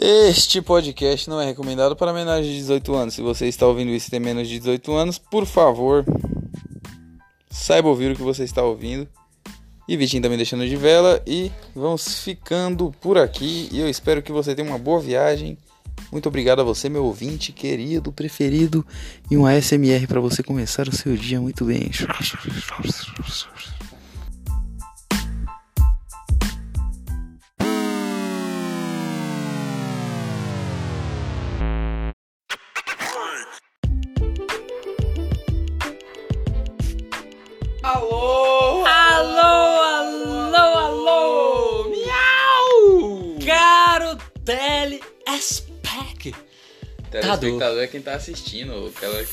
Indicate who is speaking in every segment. Speaker 1: Este podcast não é recomendado para menores de 18 anos. Se você está ouvindo isso e tem menos de 18 anos, por favor, saiba ouvir o que você está ouvindo. E Vitinho também deixando de vela. E vamos ficando por aqui. E eu espero que você tenha uma boa viagem. Muito obrigado a você, meu ouvinte querido, preferido. E um ASMR para você começar o seu dia muito bem. Alô!
Speaker 2: Alô, alô, alô!
Speaker 1: Miau!
Speaker 2: Caro Tele S-Pack!
Speaker 1: Telespectador é quem tá assistindo. aquela que tá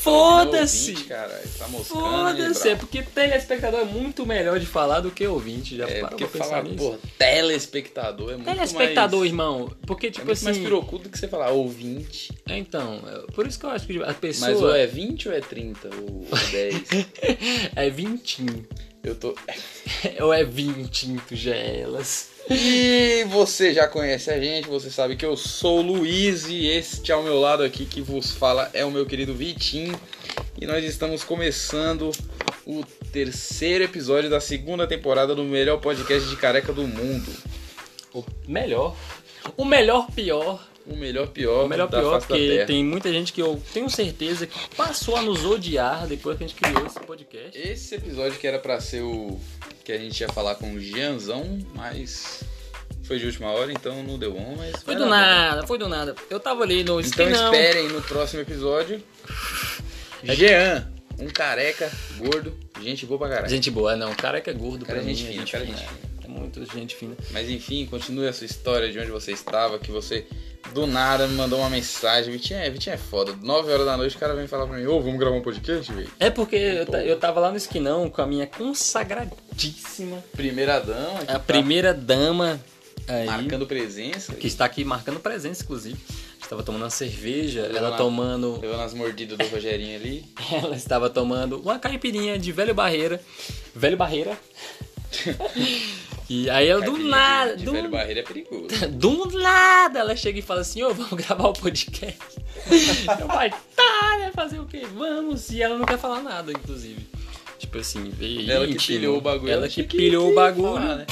Speaker 1: ouvindo
Speaker 2: Foda-se.
Speaker 1: o ouvinte, Caralho, tá moscando.
Speaker 2: Foda-se, é
Speaker 1: né,
Speaker 2: porque telespectador é muito melhor de falar do que ouvinte, já
Speaker 1: brabo? É,
Speaker 2: parou
Speaker 1: porque
Speaker 2: pra pensar
Speaker 1: falar,
Speaker 2: nisso?
Speaker 1: pô, telespectador é muito
Speaker 2: telespectador,
Speaker 1: mais...
Speaker 2: irmão, porque tipo
Speaker 1: é muito
Speaker 2: assim,
Speaker 1: mais pirocudo do que você falar ouvinte.
Speaker 2: então, é- por isso que eu acho que a
Speaker 1: Mas ou
Speaker 2: pessoa
Speaker 1: é 20 ou é 30 ou ou 10.
Speaker 2: é vintinho,
Speaker 1: Eu tô...
Speaker 2: ou é vintinho, tu já é elas.
Speaker 1: E você já conhece a gente, você sabe que eu sou o Luiz e este ao meu lado aqui que vos fala é o meu querido Vitinho. E nós estamos começando o terceiro episódio da segunda temporada do melhor podcast de careca do mundo.
Speaker 2: O melhor, o melhor pior,
Speaker 1: O melhor pior,
Speaker 2: o melhor
Speaker 1: da
Speaker 2: pior,
Speaker 1: face da
Speaker 2: porque
Speaker 1: terra.
Speaker 2: tem muita gente que eu tenho certeza que passou a nos odiar depois que a gente criou esse podcast.
Speaker 1: Esse episódio que era pra ser o que a gente ia falar com o Gianzão, mas foi de última hora, então não deu bom, mas
Speaker 2: Foi
Speaker 1: vai
Speaker 2: do
Speaker 1: lá, né?
Speaker 2: nada, foi do nada. Eu tava ali
Speaker 1: Então
Speaker 2: no espinão.
Speaker 1: esperem no próximo episódio. Jean, um careca, gordo, gente boa pra caralho.
Speaker 2: Gente boa, não. O cara que é gordo
Speaker 1: Cara,
Speaker 2: pra
Speaker 1: gente
Speaker 2: mim. é
Speaker 1: fina, cara, gente
Speaker 2: É muito gente fina.
Speaker 1: Mas enfim, continue a sua história de onde você estava, que você do nada me mandou uma mensagem. Vitinho é, Vitinho é foda. 9 horas da noite o cara vem falar pra mim, ô, vamos gravar um podcast, velho?
Speaker 2: É porque eu, ta- eu tava lá no esquinão com a minha consagradíssima,
Speaker 1: Primeira dama, que
Speaker 2: É
Speaker 1: tá
Speaker 2: a primeira dama aí,
Speaker 1: marcando presença,
Speaker 2: que está aqui marcando presença, inclusive. Estava tomando uma cerveja,
Speaker 1: Levou
Speaker 2: ela
Speaker 1: lá.
Speaker 2: tomando.
Speaker 1: levando as mordidas do Rogerinho ali.
Speaker 2: Ela estava tomando uma caipirinha de velho barreira. Velho barreira. e aí ela do
Speaker 1: Caipirinha de-
Speaker 2: nada.
Speaker 1: De
Speaker 2: do
Speaker 1: velho barreira é perigoso.
Speaker 2: Do nada ela chega e fala assim, ô, vamos gravar o podcast. Meu pai, tá, né? Fazer o quê? Vamos. E ela não quer falar nada, inclusive. Tipo assim, veio
Speaker 1: Ela que pilhou o bagulho.
Speaker 2: Ela que
Speaker 1: tinha
Speaker 2: pilhou o bagulho.
Speaker 1: falar, né?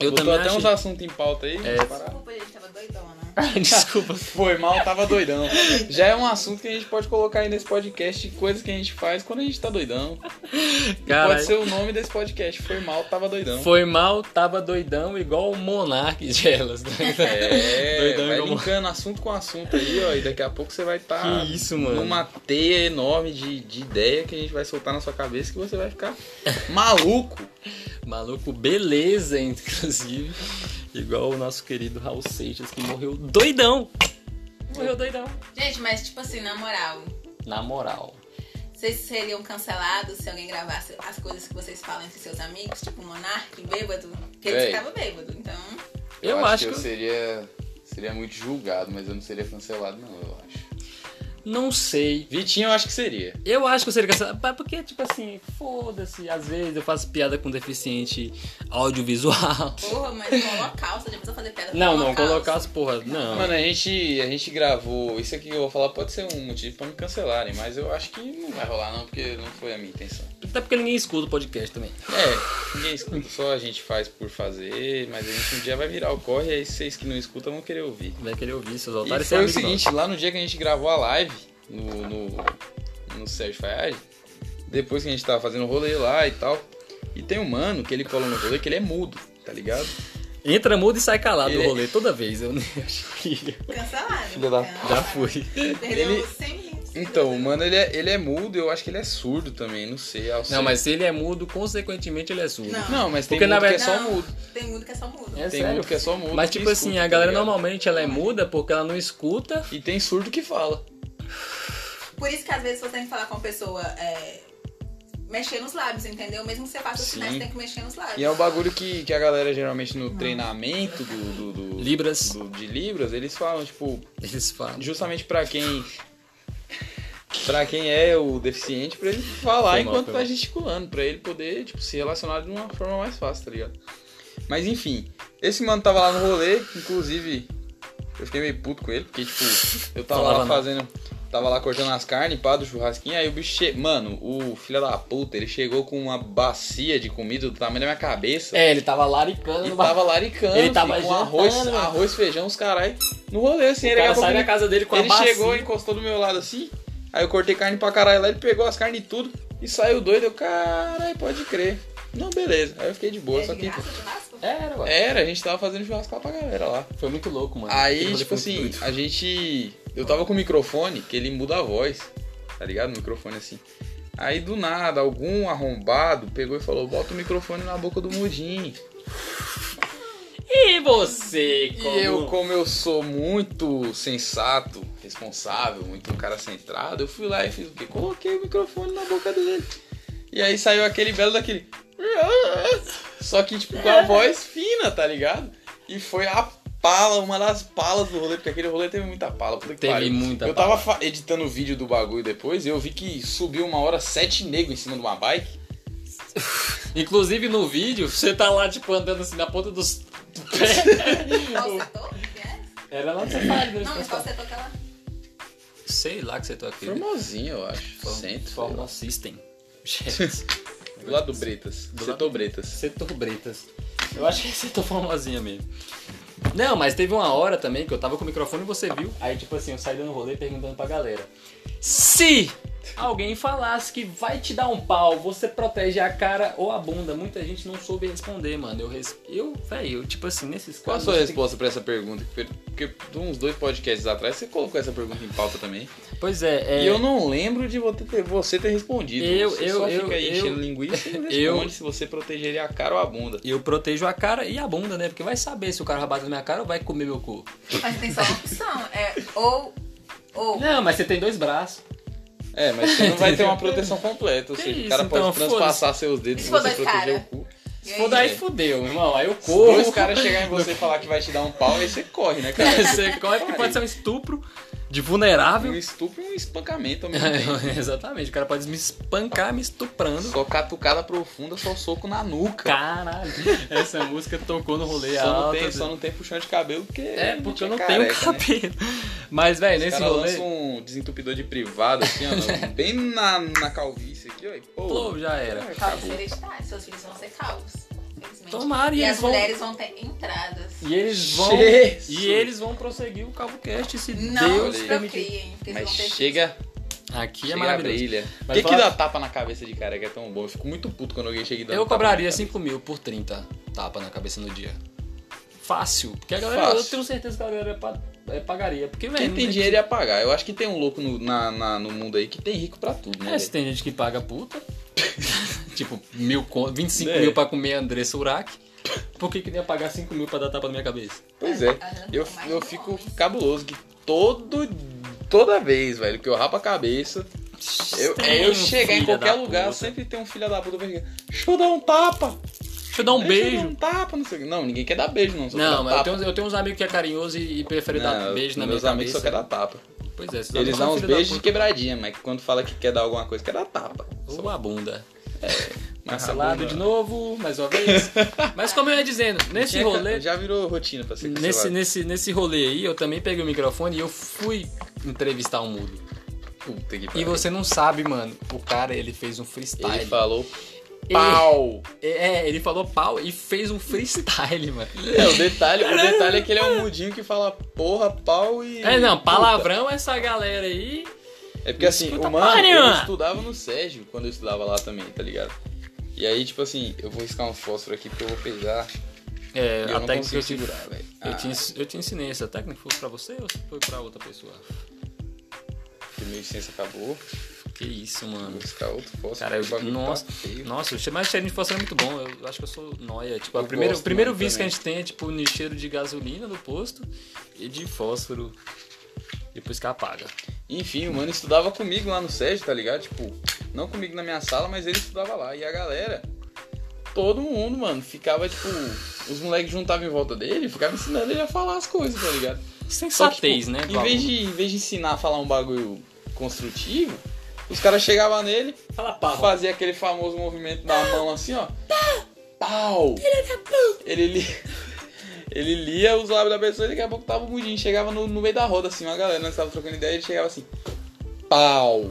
Speaker 2: Eu
Speaker 1: Botou
Speaker 2: também É.
Speaker 1: até uns
Speaker 2: achei.
Speaker 1: assuntos em pauta aí. vamos parar.
Speaker 3: Desculpa, gente, tava doidona.
Speaker 2: Desculpa.
Speaker 1: Foi mal, tava doidão. Já é um assunto que a gente pode colocar aí nesse podcast, coisas que a gente faz quando a gente tá doidão.
Speaker 2: Cara,
Speaker 1: Pode ser o nome desse podcast. Foi mal, tava doidão.
Speaker 2: foi mal, tava doidão, igual o Monark de elas. né?
Speaker 1: É,
Speaker 2: Doidão
Speaker 1: vai
Speaker 2: igual uma-
Speaker 1: linkando assunto com assunto aí, ó. E daqui a pouco você vai estar
Speaker 2: Que isso, mano.
Speaker 1: numa teia enorme de, de ideia que a gente vai soltar na sua cabeça que você vai ficar maluco.
Speaker 2: Maluco, beleza, inclusive. Igual o nosso querido Raul Seixas, que morreu doidão. Morreu doidão.
Speaker 3: Gente, mas tipo assim, na moral,
Speaker 2: Na moral.
Speaker 3: vocês seriam cancelados se alguém gravasse as coisas que vocês falam entre seus amigos, tipo o Monark, bêbado? Porque ele
Speaker 1: Véi.
Speaker 3: ficava bêbado, então.
Speaker 2: Eu, acho, que...
Speaker 1: seria, seria muito julgado, mas eu não seria cancelado, não, eu acho.
Speaker 2: Não sei.
Speaker 1: Vitinho, eu acho que seria.
Speaker 2: Eu acho que eu seria cancelado. Pá, Porque, tipo assim, foda-se. Às vezes eu faço piada com deficiente audiovisual.
Speaker 3: Porra, mas com holocausto, já pensou fazer pedra
Speaker 2: Não, não, colocar as porra. Não.
Speaker 1: Mano, a gente, a gente gravou. Isso aqui que eu vou falar pode ser um motivo pra me cancelarem, mas eu acho que não vai rolar, não, porque não foi a minha intenção.
Speaker 2: Até porque ninguém escuta o podcast também.
Speaker 1: É, ninguém escuta, só a gente faz por fazer, mas a gente um dia vai virar o corre, aí vocês que não escutam vão querer ouvir.
Speaker 2: Vai querer ouvir seus
Speaker 1: E
Speaker 2: otários e
Speaker 1: foi o
Speaker 2: amigos
Speaker 1: seguinte, lá no dia que a gente gravou a live no, no, no Sérgio Fayad, depois que a gente tava fazendo o rolê lá e tal, e tem um mano que ele colou no rolê que ele é mudo, tá ligado?
Speaker 2: nossos. Entra mudo e sai calado do
Speaker 1: Ele-
Speaker 2: rolê toda vez. Eu nem acho que.
Speaker 3: Cancelado.
Speaker 1: Filha da-
Speaker 3: então.
Speaker 2: Já fui.
Speaker 3: Perdeu
Speaker 1: Ele-
Speaker 3: 100 minutos.
Speaker 1: Então, o mano ele é, ele é mudo, eu acho que ele é surdo também, não sei. ao certo.
Speaker 2: Não, mas se ele é mudo, consequentemente ele é surdo.
Speaker 3: Não.
Speaker 1: Não, mas tem
Speaker 2: Porque, na
Speaker 1: mudo que é
Speaker 2: verdade-
Speaker 1: só mudo.
Speaker 3: Tem mundo que é só mudo.
Speaker 2: É
Speaker 1: Tem
Speaker 2: sério.
Speaker 1: mudo que é só mudo.
Speaker 2: Mas,
Speaker 1: que
Speaker 2: tipo assim,
Speaker 1: escuta,
Speaker 2: a galera
Speaker 1: tá ligado?
Speaker 2: normalmente ela é muda porque ela não escuta.
Speaker 1: E tem surdo que fala.
Speaker 3: Por isso que às vezes você tem que falar com a pessoa. É... Mexer nos lábios, entendeu? Mesmo que você faça o sinal,
Speaker 1: Sim.
Speaker 3: você tem que mexer nos lábios.
Speaker 1: E é um bagulho que, que a galera geralmente no treinamento do, do, do-
Speaker 2: Libras,
Speaker 1: do- de Libras, eles falam, tipo,
Speaker 2: eles falam.
Speaker 1: justamente pra quem. Pra quem é o deficiente, pra ele falar
Speaker 2: Foi mal,
Speaker 1: enquanto
Speaker 2: foi
Speaker 1: tá
Speaker 2: mal.
Speaker 1: gesticulando, pra ele poder tipo, se relacionar de uma forma mais fácil, tá ligado? Mas enfim, esse mano tava lá no rolê, inclusive, Eu fiquei meio puto com ele, porque, tipo, eu tava
Speaker 2: Falava
Speaker 1: lá
Speaker 2: não.
Speaker 1: fazendo. Tava lá cortando as carnes, pá, do churrasquinho. Aí o bicho. Che... Mano, o filho da puta, ele chegou com uma bacia de comida do tamanho da minha cabeça.
Speaker 2: É, ele tava laricando
Speaker 1: E
Speaker 2: no
Speaker 1: tava
Speaker 2: bar.
Speaker 1: laricando,
Speaker 2: Ele tava
Speaker 1: filho, com arroz,
Speaker 2: jantando, mano.
Speaker 1: arroz, feijão, os carai no rolê, assim.
Speaker 2: O
Speaker 1: ele
Speaker 2: cara
Speaker 1: acabou
Speaker 2: sai
Speaker 1: que
Speaker 2: da
Speaker 1: ele-
Speaker 2: casa dele com a
Speaker 1: ele
Speaker 2: bacia.
Speaker 1: chegou, encostou do meu lado assim. Aí eu cortei carne pra caralho lá, ele pegou as carnes e tudo e saiu doido. Eu, caralho, pode crer. Não, beleza. Aí eu fiquei de boa,
Speaker 3: É
Speaker 1: só
Speaker 3: de
Speaker 1: que.
Speaker 3: graça, churrasco?
Speaker 2: Era, mano.
Speaker 1: Era, a gente tava fazendo churrasco lá pra galera lá.
Speaker 2: Foi muito louco, mano. Aquele
Speaker 1: Aí,
Speaker 2: rolê
Speaker 1: tipo
Speaker 2: foi muito
Speaker 1: assim,
Speaker 2: doido.
Speaker 1: a gente. Eu tava com o microfone que ele muda a voz, tá ligado? O microfone assim. Aí do nada, algum arrombado pegou e falou: bota o microfone na boca do Mudim.
Speaker 2: E você, como...
Speaker 1: E eu, como eu sou muito sensato, responsável, muito um cara centrado, eu fui lá e fiz o quê? Coloquei o microfone na boca dele. E aí saiu aquele belo daquele. Só que, tipo, com a voz fina, tá ligado? E foi a pala, uma das palas do rolê, porque aquele rolê teve muita pala. Puta que
Speaker 2: Teve
Speaker 1: pariu.
Speaker 2: muita
Speaker 1: Eu tava fa- editando o vídeo do bagulho depois e eu vi que subiu uma hora sete negros em cima de uma bike.
Speaker 2: Inclusive no vídeo, você tá lá, tipo, andando assim na ponta dos pés.
Speaker 3: Qual setor? que é?
Speaker 2: Era lá no Cefale, né?
Speaker 3: Não, mas qual setor que ela...
Speaker 2: Sei lá que você tá aqui.
Speaker 1: Formosinho, eu acho. Centro.
Speaker 2: Formal System. Gente,
Speaker 1: Do lado do Bretas.
Speaker 2: Do
Speaker 1: Setor
Speaker 2: lado-
Speaker 1: Bretas.
Speaker 2: setor Bretas. Eu acho que é setor formosinha mesmo. Não, mas teve uma hora também que eu tava com o microfone e você viu. Aí, tipo assim, eu saí dando rolê perguntando pra galera. Se alguém falasse que vai te dar um pau, você protege a cara ou a bunda. Muita gente não soube responder, mano. Eu, res... eu velho, eu, tipo assim, nesses
Speaker 1: Qual a
Speaker 2: casos...
Speaker 1: sua
Speaker 2: você tem que-
Speaker 1: resposta pra essa pergunta? Porque de uns dois podcasts atrás você colocou essa pergunta em pauta também.
Speaker 2: Pois é, é...
Speaker 1: E eu não lembro de você ter, você ter respondido.
Speaker 2: Eu-
Speaker 1: você
Speaker 2: eu-
Speaker 1: só
Speaker 2: eu-
Speaker 1: fica aí
Speaker 2: eu-
Speaker 1: enchendo linguiça e não responde
Speaker 2: eu-
Speaker 1: se você protegeria a cara ou a bunda.
Speaker 2: E eu protejo a cara e a bunda, né? Porque vai saber se o cara vai bater na minha cara ou vai comer meu cu.
Speaker 3: Mas tem só uma opção. É ou... Ou...
Speaker 2: Não, mas você tem dois braços.
Speaker 1: É, mas você não vai ter uma proteção completa. Ou
Speaker 2: Que
Speaker 1: seja, o
Speaker 2: isso,
Speaker 1: cara pode
Speaker 2: então,
Speaker 1: transpassar seus dedos
Speaker 3: E
Speaker 1: se
Speaker 3: se
Speaker 1: você
Speaker 3: for dois
Speaker 1: proteger
Speaker 3: cara?
Speaker 1: o cu.
Speaker 3: E
Speaker 2: Se
Speaker 3: aí?
Speaker 2: for daí, fudeu, irmão. Aí eu
Speaker 1: Se dois
Speaker 2: corro.
Speaker 1: caras chegarem em você e falar que vai te dar um pau, aí você corre, né, cara?
Speaker 2: Você corre porque pode ser um estupro de vulnerável.
Speaker 1: Um estupro e um espancamento ao mesmo tempo.
Speaker 2: Exatamente, o cara pode me espancar me estuprando.
Speaker 1: Só catucada profunda, só soco na nuca.
Speaker 2: Caralho, essa música tocou no rolê
Speaker 1: só, não
Speaker 2: alto. assim.
Speaker 1: tem, só não tem puxão de cabelo porque.
Speaker 2: É, porque eu
Speaker 1: é
Speaker 2: não tenho
Speaker 1: careca, né?
Speaker 2: cabelo. Mas, velho,
Speaker 1: Esse
Speaker 2: É nesse
Speaker 1: cara
Speaker 2: rolê.
Speaker 1: lança um desentupidor de privado assim, ó, bem na, na calvície aqui, ó. E, pô,
Speaker 2: Pô, já era.
Speaker 3: Talvez
Speaker 1: acabou.
Speaker 3: hereditário. Seus filhos vão ser calvos. infelizmente.
Speaker 2: Tomara, e
Speaker 3: E,
Speaker 2: eles
Speaker 3: as
Speaker 2: vão-
Speaker 3: mulheres vão ter entradas.
Speaker 2: E eles vão.
Speaker 1: Jesus.
Speaker 2: E eles vão prosseguir o CalvoCast se
Speaker 3: Não
Speaker 2: Deus
Speaker 3: se
Speaker 2: permitir.
Speaker 3: procriem, porque
Speaker 1: Mas
Speaker 3: eles vão ter
Speaker 1: chega,
Speaker 2: Aqui é
Speaker 1: chega a
Speaker 2: maravilhoso.
Speaker 1: brilha. Por
Speaker 2: Mas
Speaker 1: que, que
Speaker 2: fala-
Speaker 1: dá tapa na cabeça de cara que é tão bom? Eu fico muito puto quando alguém chega e dá um
Speaker 2: Eu cobraria assim 5 mil por 30 tapa na cabeça no dia. Fácil. Porque a galera,
Speaker 1: Fácil.
Speaker 2: eu tenho certeza que a galera pa- eh, pagaria. Porque, velho.
Speaker 1: Quem
Speaker 2: não
Speaker 1: tem dinheiro ia pagar. Eu acho que tem um louco no, na- na- no mundo aí que tem rico pra tudo, né?
Speaker 2: É, se
Speaker 1: velho?
Speaker 2: tem gente que paga puta. tipo, mil, con- 25
Speaker 1: É.
Speaker 2: mil pra comer Andressa Urac. Por que que não ia pagar 5 mil pra dar tapa na minha cabeça?
Speaker 1: Pois
Speaker 3: Ah,
Speaker 1: é. Eu, eu fico cabuloso que todo. Toda vez, velho, que eu rapo a cabeça, eu, é eu
Speaker 2: Tem um
Speaker 1: chegar em
Speaker 2: filho
Speaker 1: qualquer
Speaker 2: da
Speaker 1: lugar,
Speaker 2: puta.
Speaker 1: sempre tem um filho da puta perguntando, deixa eu dar um tapa.
Speaker 2: Deixa eu dar um
Speaker 1: Deixa eu dar
Speaker 2: beijo.
Speaker 1: um tapa, não sei o quê. Não, ninguém quer dar beijo, não. Só quer dar
Speaker 2: Não, mas eu
Speaker 1: tapa.
Speaker 2: tenho, eu tenho uns amigos que é carinhoso e, e prefere dar
Speaker 1: Não,
Speaker 2: beijo na minha
Speaker 1: meus amigos
Speaker 2: cabeça.
Speaker 1: só quer dar tapa.
Speaker 2: Pois é, esses
Speaker 1: Eles
Speaker 2: amigos são
Speaker 1: dão uns
Speaker 2: filho da
Speaker 1: beijos de
Speaker 2: puta.
Speaker 1: quebradinha, mas quando fala que quer dar alguma coisa, quer dar tapa.
Speaker 2: Ou a bunda.
Speaker 1: Mas
Speaker 2: Cancelado tá de novo, mais uma vez. Mas como eu ia dizendo, nesse rolê.
Speaker 1: Já virou rotina pra ser
Speaker 2: Nesse,
Speaker 1: cancelado.
Speaker 2: nesse, nesse rolê aí, eu também peguei o microfone e eu fui entrevistar o mudo.
Speaker 1: Puta que
Speaker 2: E
Speaker 1: pariu.
Speaker 2: você não sabe, mano, o cara ele fez um freestyle.
Speaker 1: Ele falou
Speaker 2: E-
Speaker 1: pau.
Speaker 2: É, ele falou pau e fez um freestyle, mano.
Speaker 1: É, o detalhe, o detalhe é que ele é um mudinho que fala porra, pau e.
Speaker 2: É, não,
Speaker 1: puta.
Speaker 2: palavrão essa galera aí.
Speaker 1: É porque assim,
Speaker 2: Escuta,
Speaker 1: o mano,
Speaker 2: pare,
Speaker 1: eu
Speaker 2: mano.
Speaker 1: estudava no Sérgio quando eu estudava lá também, tá ligado? E aí, tipo assim, eu vou riscar um fósforo aqui porque eu vou pesar.
Speaker 2: É,
Speaker 1: e
Speaker 2: a
Speaker 1: eu não
Speaker 2: técnica
Speaker 1: consigo
Speaker 2: que eu te,
Speaker 1: segurar, velho.
Speaker 2: eu,
Speaker 1: Ah,
Speaker 2: te, ens- eu te ensinei essa técnica, foi pra você ou foi pra outra pessoa?
Speaker 1: porque minha licença acabou.
Speaker 2: Que isso,
Speaker 1: Vou
Speaker 2: mano.
Speaker 1: riscar outro fósforo.
Speaker 2: Cara,
Speaker 1: porque o
Speaker 2: eu,
Speaker 1: bagulho tá
Speaker 2: nossa,
Speaker 1: feio.
Speaker 2: nossa, o che- mas o cheirinho de fósforo é muito bom. Eu, eu acho que eu sou noia. Tipo, a
Speaker 1: Eu
Speaker 2: primeira-
Speaker 1: gosto,
Speaker 2: o primeiro
Speaker 1: mano,
Speaker 2: vício que a
Speaker 1: também.
Speaker 2: gente tem é tipo um cheiro de gasolina no posto e de fósforo. Depois que apaga.
Speaker 1: Enfim, o mano estudava comigo lá no Sérgio, tá ligado? Tipo, não comigo na minha sala, mas ele estudava lá. E a galera, todo mundo, mano, ficava, tipo, os moleques juntavam em volta dele e ficava ensinando ele a falar as coisas, tá ligado? Só que, tipo,
Speaker 2: Sensatez, né? do
Speaker 1: Em vez,
Speaker 2: aluno.
Speaker 1: de, em vez de ensinar a falar um bagulho construtivo, os caras chegavam nele,
Speaker 2: Fala pau.
Speaker 1: fazia aquele famoso movimento da mão assim, ó. Pau! Ele, li... Ele lia os lábios da pessoa e daqui a pouco tava o mudinho. Chegava no, no meio da roda, assim, uma galera, nós tava trocando ideia, ele chegava assim. Pau!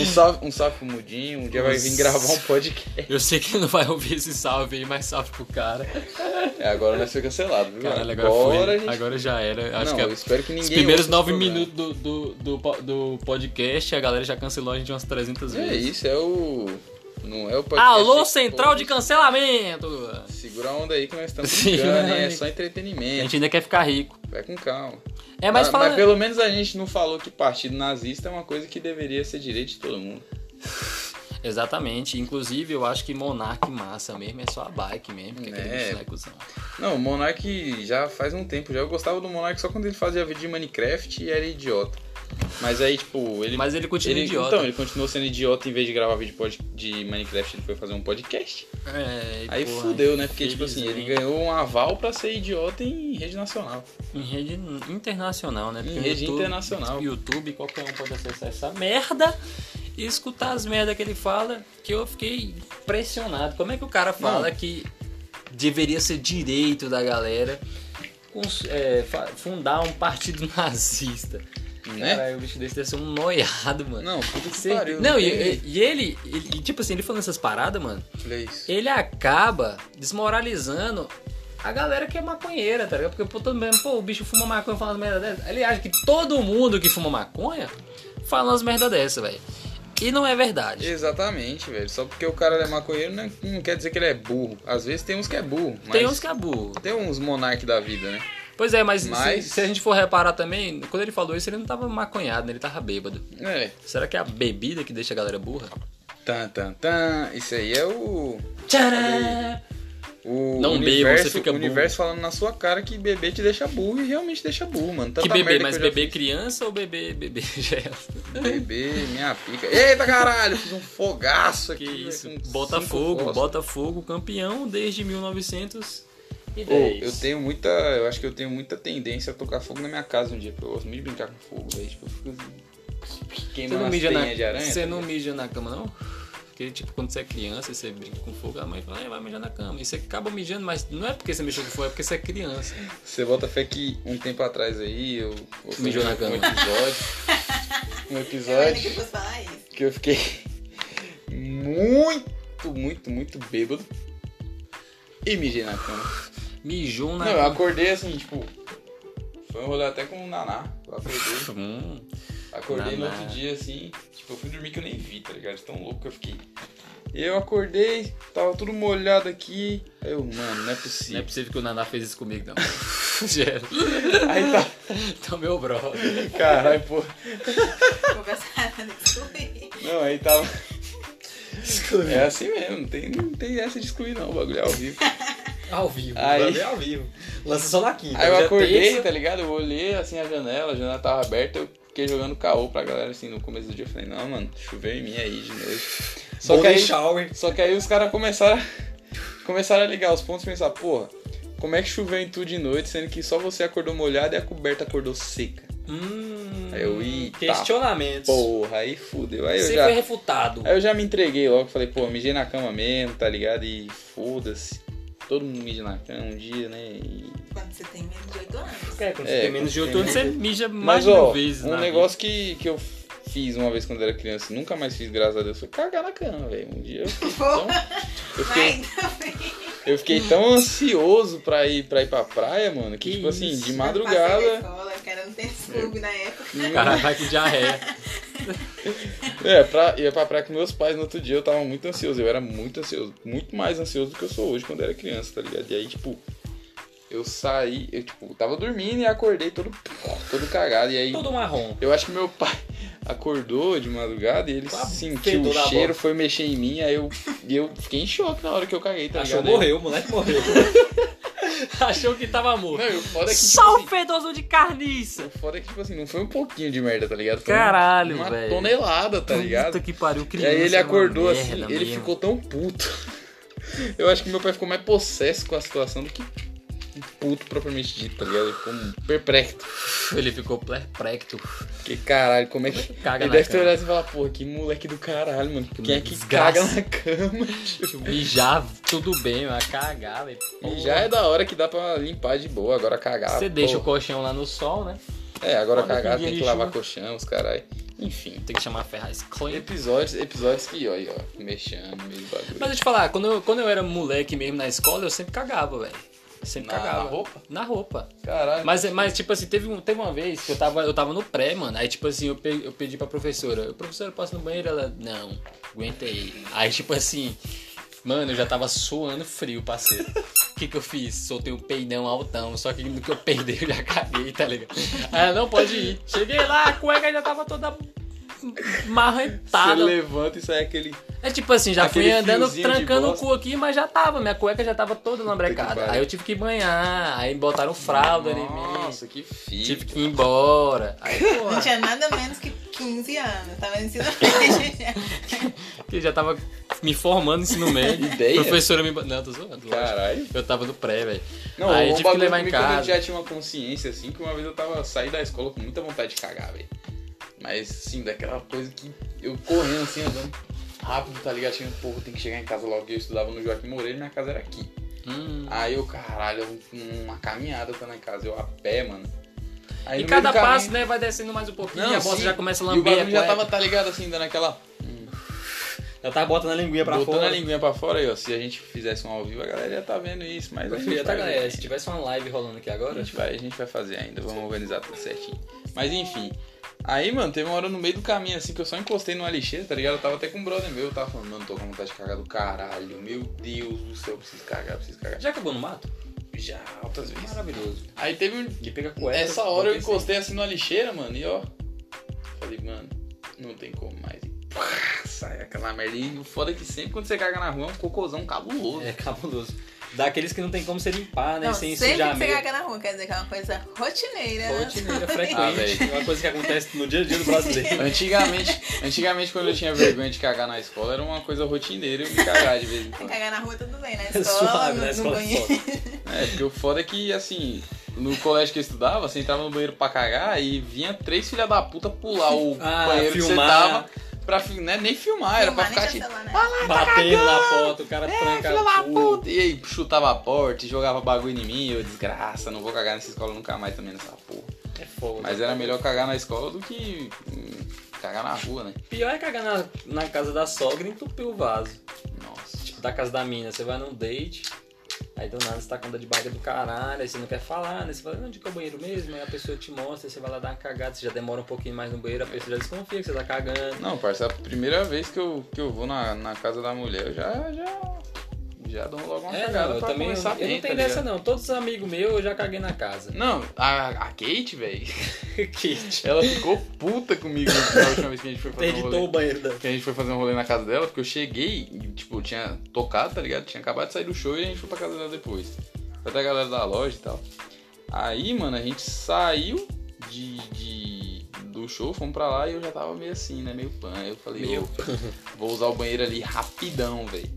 Speaker 1: um salve, um salve pro Mudinho, um dia vai vir gravar um podcast.
Speaker 2: Eu sei que não vai ouvir esse salve aí, mas salve pro cara.
Speaker 1: É, agora nós foi cancelado, viu?
Speaker 2: Caralho, agora,
Speaker 1: a
Speaker 2: foi.
Speaker 1: gente-
Speaker 2: Agora já era. Acho
Speaker 1: não,
Speaker 2: que é-
Speaker 1: eu espero que ninguém.
Speaker 2: os primeiros
Speaker 1: ouça esse
Speaker 2: nove
Speaker 1: programa.
Speaker 2: minutos do, do, do, po- do podcast, a galera já cancelou a gente umas 300
Speaker 1: É
Speaker 2: vezes.
Speaker 1: isso, é o. Não é o podcast.
Speaker 2: Alô,
Speaker 1: é-
Speaker 2: Central de Cancelamento!
Speaker 1: Segura a onda aí que nós estamos
Speaker 2: Sim,
Speaker 1: brincando, hein? é
Speaker 2: né?
Speaker 1: só
Speaker 2: A
Speaker 1: entretenimento.
Speaker 2: gente ainda quer ficar rico.
Speaker 1: Vai com calma.
Speaker 2: É, mas fala.
Speaker 1: Ah, pelo menos a gente não falou que partido nazista é uma coisa que deveria ser direito de todo mundo.
Speaker 2: Exatamente. Inclusive, eu acho que Monark massa mesmo é só a bike mesmo, porque aquele
Speaker 1: É.
Speaker 2: bicho não é cuzão.
Speaker 1: Não, o Monark já faz um tempo já. Eu gostava do Monark só quando ele fazia vídeo de Minecraft e era idiota. Mas aí, tipo, ele.
Speaker 2: Mas ele continua
Speaker 1: ele
Speaker 2: idiota.
Speaker 1: Então, ele continuou sendo idiota em vez de gravar vídeo pod- de Minecraft, ele foi fazer um podcast.
Speaker 2: É, e
Speaker 1: Aí
Speaker 2: porra,
Speaker 1: fudeu, né? Porque, tipo assim, ele
Speaker 2: infelizmente.
Speaker 1: ganhou um aval pra ser idiota em rede nacional.
Speaker 2: Em rede internacional, né?
Speaker 1: Em rede internacional.
Speaker 2: YouTube, qualquer um pode acessar essa merda e escutar as merdas que ele fala, que eu fiquei impressionado. Como é que o cara fala que deveria ser direito da galera cons- é, fa- fundar um partido nazista?
Speaker 1: Né?
Speaker 2: Cara, o bicho desse deve ser um noiado, mano.
Speaker 1: Não, puta que
Speaker 2: Cer-
Speaker 1: pariu.
Speaker 2: Não, e,
Speaker 1: tem-
Speaker 2: e- e ele, ele- e, tipo assim, ele falando essas paradas, mano,
Speaker 1: Olha isso.
Speaker 2: ele acaba desmoralizando a galera que é maconheira, tá ligado? Porque pô, todo mundo, pô, o bicho fuma maconha falando merda dessa. Ele acha que todo mundo que fuma maconha fala umas merda dessa, velho. E não é verdade.
Speaker 1: Exatamente, velho. Só porque o cara é maconheiro não, é- não quer dizer que ele é burro. Às vezes tem uns que é burro, mas
Speaker 2: Tem uns que é burro.
Speaker 1: tem uns monarque da vida, né?
Speaker 2: Pois é, mas, se-
Speaker 1: Mas-
Speaker 2: Se, a gente for reparar também, quando ele falou isso, ele não tava maconhado, né? Ele tava bêbado.
Speaker 1: É.
Speaker 2: Será que é a bebida que deixa a galera burra?
Speaker 1: Tan, tan, tan. Isso aí é o.
Speaker 2: Tcharam!
Speaker 1: O
Speaker 2: Não beba,
Speaker 1: universo,
Speaker 2: você fica
Speaker 1: o
Speaker 2: burro.
Speaker 1: universo falando na sua cara que bebê te deixa burro e realmente deixa burro, mano. Tanta
Speaker 2: Que bebê,
Speaker 1: merda
Speaker 2: mas
Speaker 1: eu já
Speaker 2: bebê criança ou bebê bebê gesto?
Speaker 1: fiz. Bebê, minha pica. Eita caralho, fiz um fogaço
Speaker 2: Que
Speaker 1: aqui. velho,
Speaker 2: isso,
Speaker 1: com cinco
Speaker 2: Botafogo,
Speaker 1: fósforos.
Speaker 2: Botafogo campeão desde 1910.
Speaker 1: Ô,
Speaker 2: É
Speaker 1: eu tenho muita. Eu acho que eu tenho muita tendência a tocar fogo na minha casa um dia. Porque eu gosto muito de brincar com fogo, velho. Tipo, eu fico
Speaker 2: Você
Speaker 1: queimando
Speaker 2: não,
Speaker 1: as
Speaker 2: mija na,
Speaker 1: teias de aranha. tá
Speaker 2: você não mija na cama, não? Porque, tipo, quando você é criança e você brinca com fogo, a mãe fala, "É, vai mijar na cama. E você acaba mijando, mas não é porque você mijou com fogo, é porque você é criança.
Speaker 1: Você bota fé que um tempo atrás aí eu, eu fiz
Speaker 2: Mijou na
Speaker 1: um
Speaker 2: cama.
Speaker 1: episódio. Um
Speaker 3: Eu ainda que
Speaker 1: episódio
Speaker 3: fosse falar isso.
Speaker 1: que eu fiquei muito, muito, muito bêbado. E mijei na cama.
Speaker 2: Mijou na
Speaker 1: Não, eu
Speaker 2: cama.
Speaker 1: acordei assim, tipo. Foi um rolê até com o Naná. Eu acordei.
Speaker 2: Hum,
Speaker 1: Acordei no
Speaker 2: Naná.
Speaker 1: outro dia assim, tipo, eu fui dormir que eu nem vi, tá ligado? De Tão louco que eu fiquei. E eu acordei, tava tudo molhado aqui. Aí eu, mano, não é
Speaker 2: não é
Speaker 1: possível.
Speaker 2: possível que o Naná fez isso comigo, não. Gero.
Speaker 1: Aí tá,
Speaker 2: Então, meu brother.
Speaker 1: caralho, pô.
Speaker 3: Conversar, descobrir.
Speaker 1: Não, aí tava. É assim mesmo, não tem, não tem essa de excluir não, o bagulho é ao vivo.
Speaker 2: Ao vivo.
Speaker 1: Aí-
Speaker 2: Aí... Ao vivo. Lança só na quinta.
Speaker 1: Aí eu
Speaker 2: hoje é
Speaker 1: acordei,
Speaker 2: terça.
Speaker 1: tá ligado? Eu olhei assim a janela, a janela tava aberta, eu fiquei jogando caô pra galera assim no começo do dia. Eu falei, não, mano, choveu em mim aí de noite. Só que
Speaker 4: Golden
Speaker 1: aí,
Speaker 4: Shower.
Speaker 1: Só que aí os caras começaram, começaram a ligar os pontos e pensar, porra, como é que choveu em tu de noite, sendo que só você acordou molhado e a coberta acordou seca?
Speaker 2: Hum,
Speaker 1: Aí eu, eita,
Speaker 4: Questionamentos.
Speaker 1: Porra, aí fudeu. Aí eu,
Speaker 2: você
Speaker 1: já, É,
Speaker 2: foi refutado.
Speaker 1: aí eu já me entreguei logo, falei, pô, mijei na cama mesmo, tá ligado? E foda-se. Todo mundo mija na cama um dia, né? E-
Speaker 3: Quando você tem menos de 8 anos.
Speaker 4: É, quando
Speaker 1: É,
Speaker 4: você tem menos de 8
Speaker 1: quando tem
Speaker 4: anos,
Speaker 2: Você
Speaker 4: você...
Speaker 2: mija mais
Speaker 1: Mas,
Speaker 2: de mil
Speaker 1: ó,
Speaker 2: vezes na
Speaker 1: um
Speaker 2: vida.
Speaker 1: negócio que, que eu fiz uma vez quando era criança, e nunca mais fiz, graças a Deus, foi cagar na cama, velho. Um dia eu fiquei tão... Eu
Speaker 3: Vai,
Speaker 1: fiquei,
Speaker 3: então, vem.
Speaker 1: Eu fiquei tão ansioso pra ir, pra ir pra praia, mano, que,
Speaker 2: Que
Speaker 1: tipo assim,
Speaker 2: isso.
Speaker 1: de
Speaker 3: Passei
Speaker 1: madrugada. né?
Speaker 3: escola, cara, não tem clube na época.
Speaker 2: Cara, vai com diarreia.
Speaker 1: É, pra, ia pra praia com meus pais no outro dia, eu tava muito ansioso. Eu era muito ansioso, muito mais ansioso do que eu sou hoje quando era criança, tá ligado? E aí, tipo, eu saí, eu, tipo, tava dormindo e acordei todo, todo cagado.
Speaker 4: É
Speaker 1: E aí,
Speaker 2: Todo marrom.
Speaker 1: eu acho que meu pai acordou de madrugada e ele
Speaker 2: Tá
Speaker 4: Com a
Speaker 1: sentiu o
Speaker 4: fedor na
Speaker 1: cheiro,
Speaker 4: boca.
Speaker 1: foi mexer em mim, aí eu, e eu fiquei em choque na hora que eu caguei, tá
Speaker 4: Achou
Speaker 1: ligado?
Speaker 4: morreu, o moleque morreu.
Speaker 2: Achou que tava morto.
Speaker 1: Não, e o foda é que, tipo
Speaker 2: Só
Speaker 1: assim,
Speaker 2: o fedoso de carniça.
Speaker 1: Foda que, tipo assim, não foi um pouquinho de merda, tá ligado? Foi
Speaker 2: Caralho,
Speaker 1: uma
Speaker 2: velho.
Speaker 1: tonelada, tá ligado?
Speaker 2: Puta que pariu,
Speaker 1: E
Speaker 2: criança.
Speaker 1: aí ele
Speaker 2: é uma
Speaker 1: acordou
Speaker 2: merda
Speaker 1: assim, ele
Speaker 2: mesmo.
Speaker 1: ficou tão puto. Eu acho que meu pai ficou mais possesso com a situação do que puto propriamente dito, tá ligado? Ele ficou um perplexo.
Speaker 2: Ele ficou perplexo.
Speaker 1: Que caralho, como é que.
Speaker 2: Caga
Speaker 1: ele
Speaker 2: na
Speaker 1: deve ter
Speaker 2: cama.
Speaker 1: olhado e falar, porra, que moleque do caralho, mano. Quem é que
Speaker 2: desgraça.
Speaker 1: caga na cama, tio?
Speaker 2: Mijar, tudo bem, mas cagar, velho.
Speaker 1: E já é da hora que dá pra limpar de boa, agora cagar.
Speaker 2: Você deixa o
Speaker 1: pô.
Speaker 2: colchão lá no sol, né?
Speaker 1: É, agora
Speaker 2: Foda,
Speaker 1: cagar,
Speaker 2: tem
Speaker 1: tem que
Speaker 2: dia de
Speaker 1: lavar
Speaker 2: chuva.
Speaker 1: colchão, os caralho. Enfim.
Speaker 2: Tem que chamar a Ferraz Clean.
Speaker 1: Episódios, episódios que, ó, aí, ó, mexendo, meio bagulho.
Speaker 2: Mas deixa eu te falar, quando eu, quando eu era moleque mesmo na escola, eu sempre cagava, velho. Sempre
Speaker 1: Na-
Speaker 2: cagava.
Speaker 1: na roupa? É.
Speaker 2: Na roupa.
Speaker 1: Caralho.
Speaker 2: Mas, mas tipo assim, teve, um, teve uma vez que eu tava, eu tava no pré, mano. Aí, tipo assim, eu, pe, eu pedi pra professora, professora, posso ir no banheiro? Ela, não, aguenta aí. Aí, tipo assim, mano, eu já tava suando frio, parceiro. O que que eu fiz? Soltei um peidão altão, só que no que eu peidei eu já caguei, tá ligado? Aí ela, não pode ir. Cheguei lá, a cueca já tava toda
Speaker 1: Você
Speaker 2: marrentada.
Speaker 1: levanta e sai aquele.
Speaker 2: É tipo assim, já fui
Speaker 1: Aquele
Speaker 2: andando,
Speaker 1: fiozinho de
Speaker 2: trancando o
Speaker 1: bosta.
Speaker 2: cu aqui, mas já tava, minha cueca já tava toda
Speaker 1: Puta que
Speaker 2: lambrecada.
Speaker 1: pariu.
Speaker 2: Aí eu tive que banhar, aí botaram fralda em mim.
Speaker 1: Nossa, que
Speaker 2: Tive
Speaker 1: filho.
Speaker 2: que ir embora. Aí,
Speaker 3: Não
Speaker 2: pô,
Speaker 3: tinha nada menos que 15 anos. Tava no ensino médio.
Speaker 2: que já tava me formando no ensino médio.
Speaker 1: Ideia?
Speaker 2: Professora me. Não, tô zoando. lógico.
Speaker 1: Caralho.
Speaker 2: Eu tava no pré, velho.
Speaker 1: Não,
Speaker 2: Aí
Speaker 1: um
Speaker 2: tive que
Speaker 1: bagulho
Speaker 2: levar em
Speaker 1: comigo quando
Speaker 2: casa.
Speaker 1: Eu já tinha uma consciência, assim, que uma vez eu tava saí da escola com muita vontade de cagar, velho. Mas, assim, daquela coisa que eu correndo, assim, andando rápido, tá ligado? Tinha, porra, tem que chegar em casa logo. Eu estudava no Joaquim Moreira e minha casa era aqui.
Speaker 2: Hum.
Speaker 1: Aí eu, caralho, um- uma caminhada pra na casa, eu a pé, mano. Aí,
Speaker 2: E
Speaker 1: no meio
Speaker 2: cada
Speaker 1: do caminho-
Speaker 2: passo, né, vai descendo mais um pouquinho, a bosta
Speaker 1: sim.
Speaker 2: já começa a
Speaker 1: E o
Speaker 2: lamber.
Speaker 1: bagulho
Speaker 2: a
Speaker 1: já
Speaker 2: cueca.
Speaker 1: tava, tá ligado, assim, dando aquela... hum,
Speaker 2: já tava botando a linguinha pra
Speaker 1: Botando
Speaker 2: fora.
Speaker 1: a linguinha pra fora aí, ó. Se a gente fizesse um ao vivo, a galera ia tá vendo isso. Mas
Speaker 2: Mas,
Speaker 1: a gente
Speaker 2: tá,
Speaker 1: vai
Speaker 2: galera,
Speaker 1: ver.
Speaker 2: se tivesse uma live rolando aqui
Speaker 1: A
Speaker 2: agora,
Speaker 1: gente vai, a gente vai fazer ainda, vamos organizar tudo certinho. Mas enfim. Aí, mano, teve uma hora no meio do caminho, assim, que eu só encostei numa lixeira, tá ligado? Eu tava até com um brother meu, eu tava falando, mano, tô com vontade de cagar do caralho, meu Deus do céu, eu preciso cagar, eu preciso cagar.
Speaker 2: já acabou no mato?
Speaker 1: Já, altas vezes.
Speaker 2: Maravilhoso.
Speaker 1: Aí teve um.
Speaker 2: De pegar cueca.
Speaker 1: Essa hora eu
Speaker 2: pensei.
Speaker 1: encostei assim numa lixeira, mano, e ó. Falei, mano, não tem como mais. E pá, sai aquela merda. E o foda é que sempre quando você caga na rua é um cocôzão cabuloso.
Speaker 2: É cabuloso. Daqueles que não tem como se limpar, né?
Speaker 3: Não,
Speaker 2: sem
Speaker 3: sempre
Speaker 2: sujar
Speaker 3: que você
Speaker 2: mesmo.
Speaker 3: caga na rua, quer dizer que é uma coisa rotineira.
Speaker 2: Rotineira,
Speaker 1: Ah,
Speaker 2: frequente. É
Speaker 1: velho.
Speaker 2: uma coisa que acontece no dia a dia do brasileiro.
Speaker 1: Antigamente, antigamente, quando eu tinha vergonha de cagar na escola, era uma coisa rotineira eu me cagar de vez em
Speaker 3: Se
Speaker 1: quando.
Speaker 3: cagar na rua, tudo bem, na
Speaker 2: É
Speaker 3: escola,
Speaker 2: suave,
Speaker 3: no,
Speaker 2: né?
Speaker 3: no
Speaker 2: Escola é
Speaker 3: banheiro.
Speaker 2: foda.
Speaker 1: É, porque o foda é que, assim, no colégio que eu estudava, você entrava no banheiro pra cagar e vinha três filha da puta pular o
Speaker 2: Ah,
Speaker 1: banheiro
Speaker 2: filmar.
Speaker 1: que você tava pra fi- né, nem filmar, era pra
Speaker 3: Filmar,
Speaker 1: ficar
Speaker 3: nem
Speaker 1: tipo.
Speaker 3: tinha celular, né?
Speaker 2: Batendo na foto, o
Speaker 3: É,
Speaker 2: cara tranca
Speaker 1: Filha da
Speaker 2: tudo.
Speaker 1: puta! E aí chutava a porta e jogava bagulho em mim, eu desgraça, não vou cagar nessa escola nunca mais também nessa porra.
Speaker 2: É foda.
Speaker 1: Mas era melhor cagar na escola do que hum, cagar na rua, né?
Speaker 2: Pior é cagar na, na casa da sogra e entupir o vaso.
Speaker 1: Nossa.
Speaker 2: Tipo, da casa da mina, você vai num date, aí do nada você tá com dor de barriga do caralho, aí você não quer falar, né? Você fala, onde que é o banheiro mesmo? Aí a pessoa te mostra, aí você vai lá dar uma cagada, você já demora um pouquinho mais no banheiro, a pessoa já desconfia que você tá cagando.
Speaker 1: Não, parça, a primeira vez que eu, que eu vou na, na casa da mulher, eu já, já, já dou logo uma
Speaker 2: É,
Speaker 1: cagada
Speaker 2: não, eu
Speaker 1: pra
Speaker 2: também eu,
Speaker 1: começar
Speaker 2: eu
Speaker 1: bem,
Speaker 2: não tenho
Speaker 1: tá
Speaker 2: dessa
Speaker 1: ligado?
Speaker 2: não. Todos os amigos meus eu já caguei na casa.
Speaker 1: Não, a, a Kate, velho,
Speaker 2: Kit.
Speaker 1: ela ficou puta comigo na última vez que a gente foi fazer um
Speaker 2: Interditou o
Speaker 1: rolê.
Speaker 2: banheiro da.
Speaker 1: Que a gente foi fazer um rolê na casa dela, porque eu cheguei e, tipo, eu tinha tocado, tá ligado? Tinha acabado de sair do show e a gente foi pra casa dela depois. Foi até a galera da loja e tal. Aí, mano, a gente saiu de, de- do show, fomos pra lá e eu já tava meio assim, né? Meio pan. Eu falei,
Speaker 2: Meio
Speaker 1: "Ô, vou usar o banheiro ali rapidão, velho.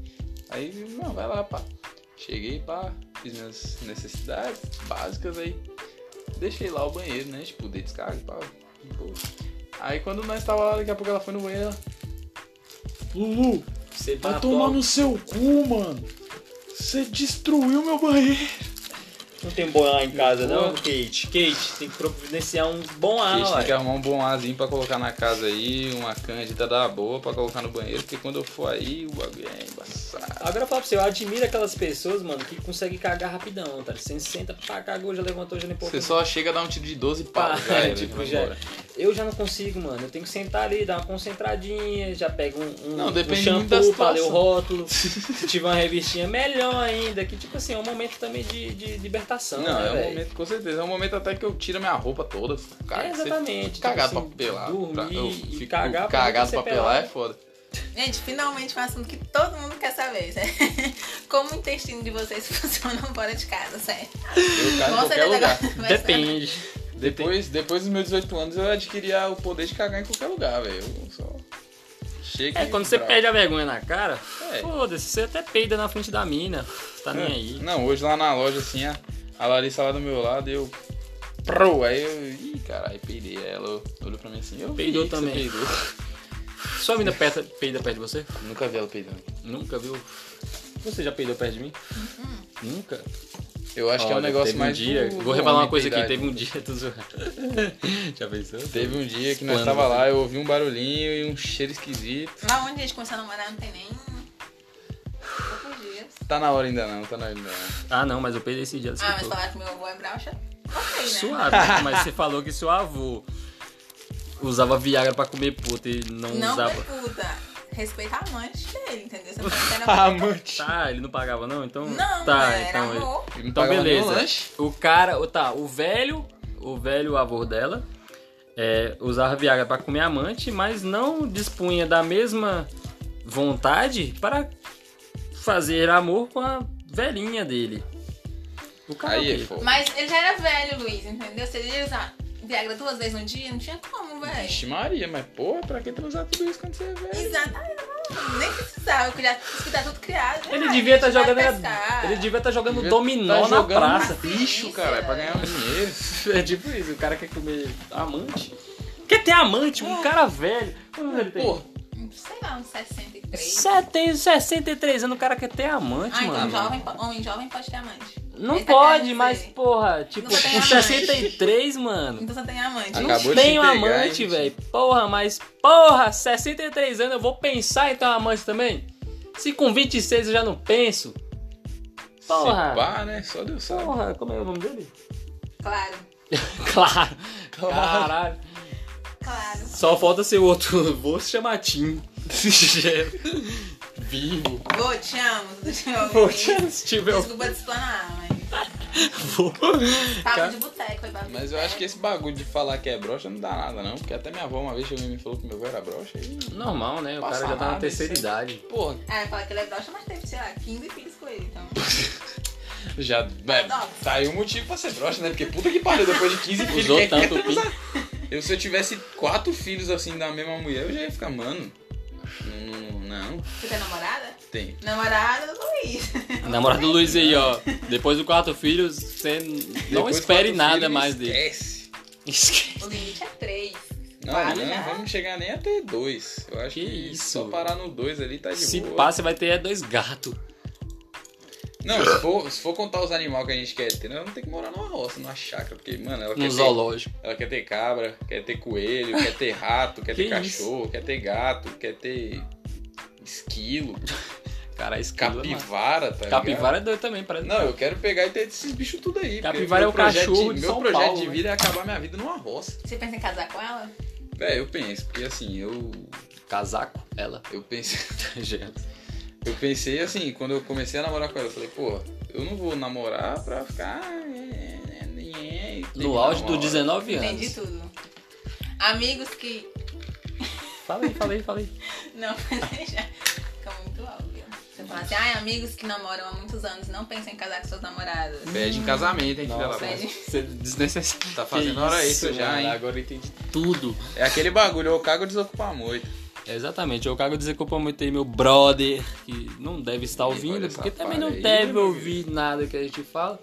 Speaker 1: Aí, não, vai lá, pá. Cheguei, pá, fiz minhas necessidades básicas aí. Deixei lá o banheiro, né? Tipo, dei descarga, pá. de boa. Aí quando nós tava lá, daqui a pouco ela foi no banheiro, ela, Lulu,
Speaker 2: Você
Speaker 1: vai
Speaker 2: matou
Speaker 1: tomar
Speaker 2: alguém.
Speaker 1: no seu cu, mano. Você destruiu meu banheiro.
Speaker 2: Não tem bom ar em casa, não, Kate? Kate, tem que providenciar um bom
Speaker 1: A
Speaker 2: ar,
Speaker 1: gente tem que
Speaker 2: olha.
Speaker 1: arrumar um bom arzinho pra colocar na casa aí, uma cândida da boa pra colocar no banheiro, porque quando eu for aí, o bagulho é embaçado.
Speaker 2: Agora fala pra você, eu admiro aquelas pessoas, mano, que conseguem cagar rapidão, tá? Você senta, pá, cagou, já levantou, já limpou.
Speaker 1: Você só chega a dar um tiro de 12 pau,
Speaker 2: Pá,
Speaker 1: já é. era,
Speaker 2: tipo,
Speaker 1: vai
Speaker 2: já
Speaker 1: embora.
Speaker 2: Eu já não consigo, mano. Eu tenho que sentar ali, dar uma concentradinha, já pego um, um,
Speaker 1: Não,
Speaker 2: um
Speaker 1: depende muito da
Speaker 2: shampoo pra
Speaker 1: situação.
Speaker 2: ler o rótulo. Se tiver uma revistinha melhor ainda, que tipo assim, é um momento também de, de libertação,
Speaker 1: Não,
Speaker 2: né,
Speaker 1: é um
Speaker 2: velho?
Speaker 1: momento, com certeza. É um momento até que eu tiro minha roupa toda. Cara,
Speaker 2: É,
Speaker 1: você
Speaker 2: exatamente. Tipo
Speaker 1: Cagado
Speaker 2: assim,
Speaker 1: pra pelar.
Speaker 2: dormir
Speaker 1: pra- eu
Speaker 2: e
Speaker 1: fico
Speaker 2: cagar pra
Speaker 1: cagado
Speaker 2: você
Speaker 1: pra
Speaker 2: pelar.
Speaker 1: pelar é foda.
Speaker 3: Gente, finalmente um assunto que todo mundo quer saber, né? Como o intestino de vocês funciona fora de casa, sério.
Speaker 1: Eu
Speaker 2: Tá
Speaker 1: cago em
Speaker 3: Nossa,
Speaker 1: qualquer
Speaker 3: ele é
Speaker 1: lugar.
Speaker 3: agora vai
Speaker 2: Depende.
Speaker 1: Depois, depois dos meus 18 anos eu adquiri a- o poder de cagar em qualquer lugar, velho. Eu só. Chega
Speaker 2: É,
Speaker 1: e
Speaker 2: quando você
Speaker 1: bravo.
Speaker 2: perde a vergonha na cara,
Speaker 1: É.
Speaker 2: foda-se, você até peida na frente da mina, tá nem aí.
Speaker 1: É. Não, hoje lá na loja, assim, a, A Larissa lá do meu lado, eu. Pro, aí eu. Ih, caralho, peidei. Aí Ela olhou pra mim assim. Eu vi
Speaker 2: Peidou
Speaker 1: que você
Speaker 2: também.
Speaker 1: Peidou.
Speaker 2: Sua mina perto, peida perto de você?
Speaker 1: Nunca vi ela peidando.
Speaker 2: Nunca viu? Você já peidou perto de mim? Nunca?
Speaker 1: Eu acho que é um
Speaker 2: Olha,
Speaker 1: negócio
Speaker 2: teve um
Speaker 1: mais.
Speaker 2: dia-
Speaker 1: do- do
Speaker 2: vou revelar uma
Speaker 1: homem
Speaker 2: coisa aqui.
Speaker 1: peidar.
Speaker 2: Teve um dia. Tô zoando. Já pensou?
Speaker 1: Teve um dia que nós
Speaker 2: Quando
Speaker 1: tava
Speaker 2: você-
Speaker 1: lá, eu ouvi um barulhinho e um cheiro esquisito.
Speaker 3: Mas onde a gente começou a namorar não tem nem. poucos dias.
Speaker 1: Tá na hora ainda não, tá na hora ainda não.
Speaker 2: Ah, não, mas eu peidei esse dia.
Speaker 3: Ah, mas
Speaker 2: desculpa.
Speaker 3: falar que meu avô é braucha? Ok, né?
Speaker 2: Suave, né? mas você falou que seu avô usava Viagra pra comer puta e não,
Speaker 3: Não
Speaker 2: usava.
Speaker 3: foi puta. Respeita a amante dele, entendeu? Você falou que era
Speaker 1: Ah, Amante!
Speaker 2: Tá, ele não pagava não, então.
Speaker 3: Não,
Speaker 2: tá,
Speaker 3: era
Speaker 2: então. ele-
Speaker 3: amor.
Speaker 1: Ele não
Speaker 2: Então
Speaker 1: pagava nem o
Speaker 2: beleza.
Speaker 1: lanche?
Speaker 2: O cara, o- tá, o velho, o velho avô dela é, usava Viagra pra comer amante, mas não dispunha da mesma vontade para fazer amor com a velhinha dele. O cara é o
Speaker 1: Aí
Speaker 2: quê?
Speaker 1: é foda.
Speaker 3: Mas ele já era velho, Luiz, entendeu? Se ele ia usar Viagra duas vezes no dia, não tinha como, velho.
Speaker 1: Vixe Maria, mas porra, pra que transar tudo isso quando você é velho?
Speaker 3: Exatamente. Nem precisava, eu queria escutar tudo criado.
Speaker 2: Ele
Speaker 3: Ah,
Speaker 2: devia estar
Speaker 3: a gente vai
Speaker 2: jogando.
Speaker 3: pescar.
Speaker 2: Ele devia estar jogando
Speaker 1: Devia
Speaker 2: dominó
Speaker 1: tá
Speaker 2: na
Speaker 1: jogando
Speaker 2: praça.
Speaker 1: no Bicho, cara, é pra ganhar um dinheiro.
Speaker 2: É tipo isso, o cara quer comer amante. Quer ter amante? Um cara velho. Quantos ele tem?
Speaker 1: Porra,
Speaker 3: Sei lá, uns 63.
Speaker 2: Cê tem 63 anos, o cara quer ter amante,
Speaker 3: Ah, então
Speaker 2: É mano.
Speaker 3: jovem, po- homem jovem pode ter amante.
Speaker 2: Não
Speaker 3: Ele tá
Speaker 2: pode,
Speaker 3: querendo
Speaker 2: mas
Speaker 3: ser.
Speaker 2: porra, tipo,
Speaker 3: Nunca tem
Speaker 2: com
Speaker 3: amante.
Speaker 2: 63, mano.
Speaker 3: Então você tem amante.
Speaker 1: Ah,
Speaker 2: Não
Speaker 1: Acabou de
Speaker 2: tenho
Speaker 1: se entregar,
Speaker 2: amante,
Speaker 1: hein,
Speaker 2: velho. Porra, mas porra, 63 anos eu vou pensar em ter um amante também? Se com 26 eu já não penso. Porra.
Speaker 1: se pá, né? Só Deus sabe.
Speaker 2: Porra, como é o nome dele?
Speaker 3: Claro,
Speaker 2: Claro.
Speaker 1: Claro.
Speaker 2: Caralho.
Speaker 3: claro.
Speaker 2: Só falta ser outro. Vou se chamar Tim. Vivo.
Speaker 3: Vou, te amo, tudo te amo.
Speaker 2: Poxa, se tiver. o-
Speaker 3: Desculpa desplanar, mas.
Speaker 2: Vou.
Speaker 3: Papo
Speaker 2: Cara,
Speaker 3: de boteco, é papo de
Speaker 1: Mas eu acho que
Speaker 3: boteco.
Speaker 1: esse bagulho de falar que é broxa não dá nada, não. Porque até minha avó uma vez chegou e me falou que meu avô era broxa e.
Speaker 2: Normal, né? O
Speaker 1: Passa
Speaker 2: cara já tá na
Speaker 1: nada,
Speaker 2: terceira
Speaker 1: isso
Speaker 2: idade.
Speaker 1: Porra,
Speaker 3: Ah, eu falo que ele é broxa, mas teve, sei lá, 15 filhos com ele, então.
Speaker 1: já. É, tá aí um motivo pra ser broxa, né? Porque puta que pariu, depois de 15 filhos,
Speaker 2: Usou
Speaker 1: quer, quer
Speaker 2: tanto o
Speaker 1: transar? Eu, se eu tivesse quatro filhos assim da mesma mulher, eu já ia ficar, mano. Não, não, não
Speaker 3: Você tem namorada?
Speaker 1: tem.
Speaker 3: Namorada do Luiz.
Speaker 2: Namorado do Luiz aí, ó. Depois do quarto filho, você não
Speaker 1: Depois
Speaker 2: espere
Speaker 1: quatro
Speaker 2: nada
Speaker 1: filhos,
Speaker 2: mais dele.
Speaker 1: Esquece.
Speaker 2: Esquece.
Speaker 3: O limite é 3.
Speaker 1: Não,
Speaker 3: Vale,
Speaker 1: não
Speaker 3: né?
Speaker 1: vamos chegar nem até dois. Eu acho que,
Speaker 2: Que
Speaker 1: só
Speaker 2: isso.
Speaker 1: parar no dois ali tá de
Speaker 2: Se
Speaker 1: boa.
Speaker 2: pá, você vai ter é dois gatos.
Speaker 1: Não, se for, se for contar os animais que a gente quer ter, né, nós vamos ter que morar numa roça, numa chácara, porque, mano, ela
Speaker 2: No
Speaker 1: quer, ter,
Speaker 2: zoológico.
Speaker 1: ela quer ter cabra, quer ter coelho, quer ter rato, quer
Speaker 2: Que
Speaker 1: ter
Speaker 2: isso?
Speaker 1: cachorro, quer ter gato, quer ter esquilo,
Speaker 2: Cara, escala.
Speaker 1: capivara, tá ligado?
Speaker 2: Capivara é doido também, parece.
Speaker 1: Não, eu quero pegar e ter esses bichos tudo aí. porque
Speaker 2: Capivara
Speaker 1: meu
Speaker 2: é o cachorro
Speaker 1: projeto
Speaker 2: de
Speaker 1: Meu
Speaker 2: São
Speaker 1: projeto
Speaker 2: Paulo,
Speaker 1: de
Speaker 2: né?
Speaker 1: vida é acabar minha vida numa roça.
Speaker 3: Você pensa em casar com ela?
Speaker 1: É, eu penso, porque assim, eu.
Speaker 2: Casaco, ela.
Speaker 1: Eu pensei.
Speaker 2: Gente.
Speaker 1: Eu pensei assim, quando eu comecei a namorar com ela, eu falei, pô, eu não vou namorar pra ficar. é, é, é, é,
Speaker 2: No auge dos
Speaker 1: namora.
Speaker 2: 19
Speaker 3: Entendi
Speaker 2: anos.
Speaker 3: tudo. Amigos que.
Speaker 2: Fala aí, fala aí, fala aí.
Speaker 3: Não, mas deixa. Fica muito óbvio. Você fala assim, ai, amigos que namoram há muitos anos não pensam em casar com suas namoradas.
Speaker 1: Pede em casamento, hein, filha da
Speaker 2: Nossa,
Speaker 1: puta.
Speaker 3: Pede.
Speaker 2: você é desnecessário.
Speaker 1: Tá fazendo
Speaker 2: Que
Speaker 1: hora
Speaker 2: isso,
Speaker 1: extra já,
Speaker 2: mano,
Speaker 1: hein?
Speaker 2: Agora eu entendi tudo.
Speaker 1: É aquele bagulho, eu cago desocupar muito.
Speaker 2: Exatamente, eu cago dizer que eu aí meu brother, que não deve estar
Speaker 1: Ih,
Speaker 2: ouvindo,
Speaker 1: olha
Speaker 2: porque
Speaker 1: essa
Speaker 2: também
Speaker 1: falha
Speaker 2: não
Speaker 1: aí,
Speaker 2: deve
Speaker 1: meu
Speaker 2: ouvir nada que a gente fala.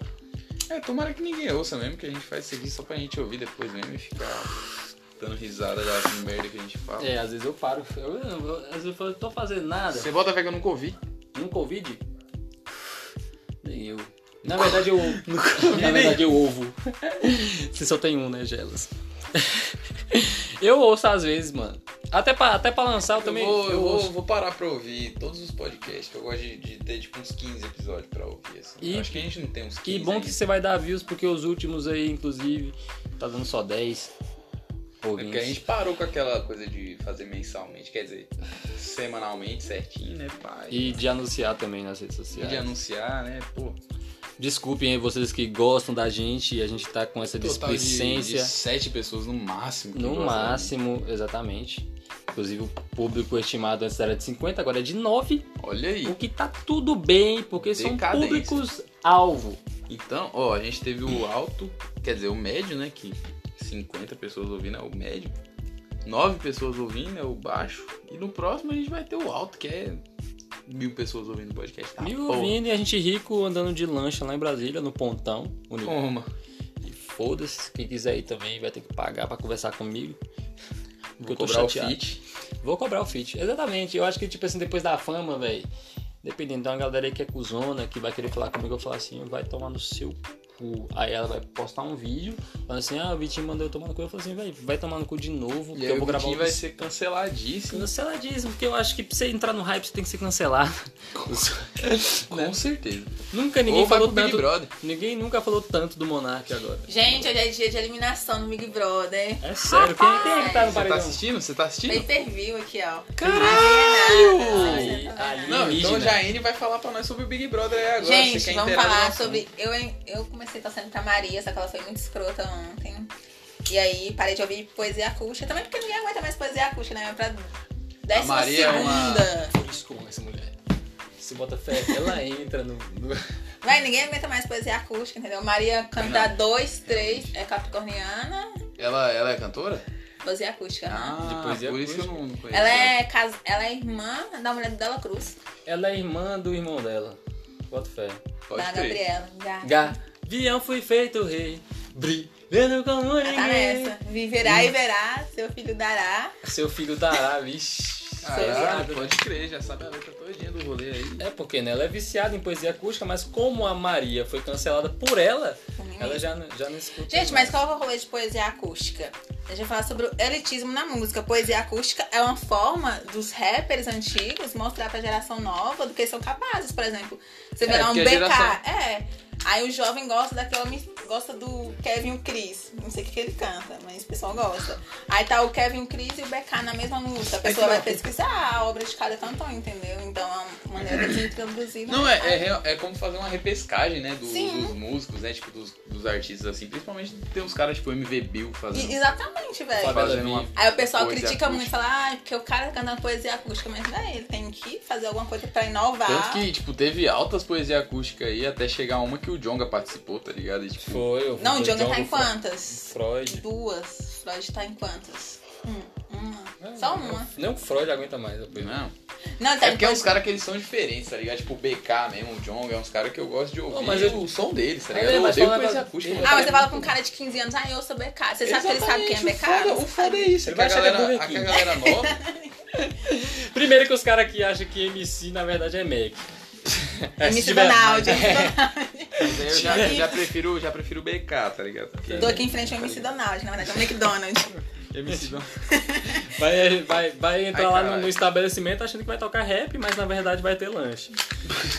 Speaker 1: É, tomara que ninguém ouça mesmo, que a gente faz isso aqui só pra gente ouvir depois mesmo e ficar dando risada das merda que a gente fala.
Speaker 2: É, às vezes eu paro, eu, eu- eu- às vezes eu falo, tô fazendo nada,
Speaker 1: Você bota a fé que eu nunca ouvi.
Speaker 2: nunca ouvi Nem eu. Na verdade eu ouvo. Na verdade eu ouvo. Você só tem um, né, Gelas? Eu ouço às vezes, mano. Até pra, até pra lançar eu
Speaker 1: Eu,
Speaker 2: também.
Speaker 1: vou, eu
Speaker 2: ouço.
Speaker 1: vou, vou parar pra ouvir todos os podcasts, que eu gosto de, de ter tipo uns 15 episódios pra ouvir, assim.
Speaker 2: E-
Speaker 1: Eu acho que a gente não tem uns 15.
Speaker 2: Que bom
Speaker 1: ainda.
Speaker 2: que você vai dar views, porque os últimos aí, inclusive, tá dando só 10.
Speaker 1: É porque a gente parou com aquela coisa de fazer mensalmente, quer dizer, semanalmente certinho, né, pai?
Speaker 2: E de anunciar também nas redes
Speaker 1: E
Speaker 2: sociais.
Speaker 1: de anunciar, né, pô.
Speaker 2: Desculpem aí vocês que gostam da gente, a gente tá com essa
Speaker 1: Total de-
Speaker 2: displicência
Speaker 1: de sete pessoas no máximo. que
Speaker 2: no
Speaker 1: gostam, né?
Speaker 2: máximo, exatamente. Inclusive o público estimado antes era de 50, agora é de 9,
Speaker 1: Olha aí.
Speaker 2: o que tá tudo bem, porque são
Speaker 1: Decadência.
Speaker 2: públicos alvo.
Speaker 1: Então, ó, a gente teve o alto, quer dizer, o médio, né, que 50 pessoas ouvindo é o médio. nove pessoas ouvindo é o baixo. E no próximo a gente vai ter o alto, que é mil pessoas ouvindo o podcast. Tá,
Speaker 2: Mil
Speaker 1: porra.
Speaker 2: ouvindo e a gente rico andando de lancha lá em Brasília, no pontão. Único.
Speaker 1: Toma.
Speaker 2: E foda-se, quem quiser aí também vai ter que pagar pra conversar comigo.
Speaker 1: Vou
Speaker 2: Porque eu tô
Speaker 1: cobrar o
Speaker 2: chateado.
Speaker 1: fit.
Speaker 2: Vou cobrar o feat. Exatamente. Eu acho que, tipo assim, depois da fama, velho. Dependendo, tem uma galera aí que é cuzona, que vai querer falar comigo, eu falo assim, vai tomar no seu cu. Aí ela vai postar um vídeo, falando assim, ah, o Vitinho mandou eu tomar no cu. Eu falo assim, vai, vai tomar no cu de novo,
Speaker 1: E
Speaker 2: porque
Speaker 1: aí
Speaker 2: eu
Speaker 1: o
Speaker 2: vou gravar
Speaker 1: Vitinho
Speaker 2: um
Speaker 1: vai ser canceladíssimo.
Speaker 2: Canceladíssimo, porque eu acho que pra você entrar no hype, você tem que ser cancelado.
Speaker 1: Com certeza.
Speaker 2: nunca ninguém
Speaker 1: Ou vai
Speaker 2: falou
Speaker 1: pro Big
Speaker 2: tanto.
Speaker 1: Brother.
Speaker 2: Ninguém nunca falou tanto do Monark agora.
Speaker 3: Gente, hoje é dia de eliminação no Big Brother.
Speaker 2: É sério, quem, quem é que tá no
Speaker 1: Você tá
Speaker 2: paredão?
Speaker 1: assistindo? Você tá assistindo?
Speaker 3: Pay per view aqui, ó.
Speaker 1: Caralho!
Speaker 3: Não,
Speaker 2: Ali-
Speaker 1: Não, então
Speaker 2: alienígena.
Speaker 1: Jaine vai falar pra nós sobre o Big Brother aí agora. você
Speaker 3: né? Gente,
Speaker 1: quer
Speaker 3: vamos
Speaker 1: inteirar
Speaker 3: falar
Speaker 1: do assunto.
Speaker 3: sobre. Eu, eu comecei torcendo pra Maria, só que ela foi muito escrota ontem. E aí parei de ouvir poesia acústica. Também porque ninguém aguenta mais poesia acústica, né? Pra décima
Speaker 1: Maria é uma-
Speaker 3: segunda.
Speaker 2: Desculpa essa mulher. Se bota fé, ela entra no. no-
Speaker 3: Vai, ninguém aguenta mais poesia acústica, entendeu? Maria canta dois, três, é capricorniana,
Speaker 1: Ela, ela é cantora?
Speaker 3: poesia acústica, né?
Speaker 1: Ah,
Speaker 2: Depois é
Speaker 1: por isso que eu
Speaker 2: acústica.
Speaker 1: não conheço.
Speaker 3: Ela é, cas... ela é irmã da mulher do Dela Cruz,
Speaker 2: Ela é irmã do irmão dela. Bota fé.
Speaker 1: Pode
Speaker 3: da
Speaker 1: crer.
Speaker 3: Gabriela. Ga...
Speaker 2: Gavião fui feito rei, brilhando como
Speaker 3: Ela tá
Speaker 2: ninguém.
Speaker 3: nessa. Viverá e verá, seu filho dará.
Speaker 2: Seu filho dará, vixe.
Speaker 1: Caralho,
Speaker 2: Viciado, né?
Speaker 1: Ah, pode crer, já sabe a letra todinha do rolê aí.
Speaker 2: É porque né, ela é viciada em poesia acústica, mas como a Maria foi cancelada por ela,
Speaker 3: Por mim
Speaker 2: ela
Speaker 3: mesmo.
Speaker 2: já, não- já não escuta.
Speaker 3: Gente,
Speaker 2: mais.
Speaker 3: mas qual que é o rolê de poesia acústica? A gente vai falar sobre o elitismo na música. Poesia acústica é uma forma dos rappers antigos mostrar pra geração nova do que eles são capazes, por exemplo. Você vê
Speaker 1: É,
Speaker 3: lá um
Speaker 1: porque a
Speaker 3: BK.
Speaker 1: geração-
Speaker 3: É. Aí o jovem gosta daquela. mis- Gosta do Kevin e o Chris. Não sei o que, que ele canta, mas o pessoal gosta. Aí tá o Kevin, o Chris e o BK na mesma
Speaker 1: É
Speaker 3: música. A pessoa vai pesquisar a obra de cada cantor, entendeu? Então é uma maneira de introduzir.
Speaker 1: Não, é, é, real- é como fazer uma repescagem, né? do-
Speaker 3: Sim.
Speaker 1: dos músicos, né? Tipo, dos, dos artistas, assim. Principalmente tem uns caras tipo MV Bill
Speaker 3: E-
Speaker 1: fazendo.
Speaker 3: Exatamente, velho.
Speaker 2: Favela
Speaker 1: fazendo uma
Speaker 2: Bill.
Speaker 3: Aí o pessoal
Speaker 1: coisa
Speaker 3: critica muito,
Speaker 1: acústica.
Speaker 3: fala, ah, porque o cara canta uma poesia acústica, mas véi, ele tem que fazer alguma coisa pra inovar.
Speaker 1: Tanto que, tipo, teve altas poesias acústicas aí, até chegar uma que o Jonga participou, tá ligado? E, tipo,
Speaker 2: Foi, eu
Speaker 3: Não, o
Speaker 2: eu-
Speaker 3: Djonga tá em
Speaker 2: Django
Speaker 3: quantas?
Speaker 2: Freud.
Speaker 3: Duas. Freud tá em quantas? Hum, uma.
Speaker 2: É,
Speaker 3: Só uma.
Speaker 2: Nem o Freud aguenta mais. eu penso.
Speaker 1: não.
Speaker 3: Não, ele tá
Speaker 1: É
Speaker 3: em
Speaker 1: porque é uns
Speaker 3: poesia-
Speaker 1: caras que eles são diferentes, tá ligado? Tipo, o BK mesmo, o Jonga, é uns caras que eu gosto de ouvir
Speaker 2: Não, mas eu-
Speaker 1: o som deles, tá
Speaker 2: Mas
Speaker 1: ligado?
Speaker 2: é,
Speaker 1: Eu
Speaker 2: mas
Speaker 1: odeio
Speaker 2: fala-
Speaker 1: poesia acústica.
Speaker 2: Ah,
Speaker 3: Ah, mas você fala com um cara de 15 anos, ah, eu sou BK. Você sabe que ele sabe quem é
Speaker 1: é Exatamente,
Speaker 3: BK?
Speaker 1: O foda, o foda é isso, é
Speaker 2: Ele
Speaker 1: que a
Speaker 2: vai achar que é
Speaker 1: galera, a,
Speaker 2: burro
Speaker 1: que é. a galera nova.
Speaker 2: Primeiro que os caras que acham que MC na verdade é Mac.
Speaker 3: MC Donald.
Speaker 2: é.
Speaker 1: mas aí eu já, já prefiro, já prefiro o BK, tá ligado? Porque-
Speaker 3: Tô aqui em frente ao MC Donald, na verdade, é o McDonald's.
Speaker 1: MC Don-
Speaker 2: Vai, vai, vai entrar
Speaker 1: Ai,
Speaker 2: lá no,
Speaker 1: caralho.
Speaker 2: no estabelecimento achando que vai tocar rap, mas na verdade vai ter lanche.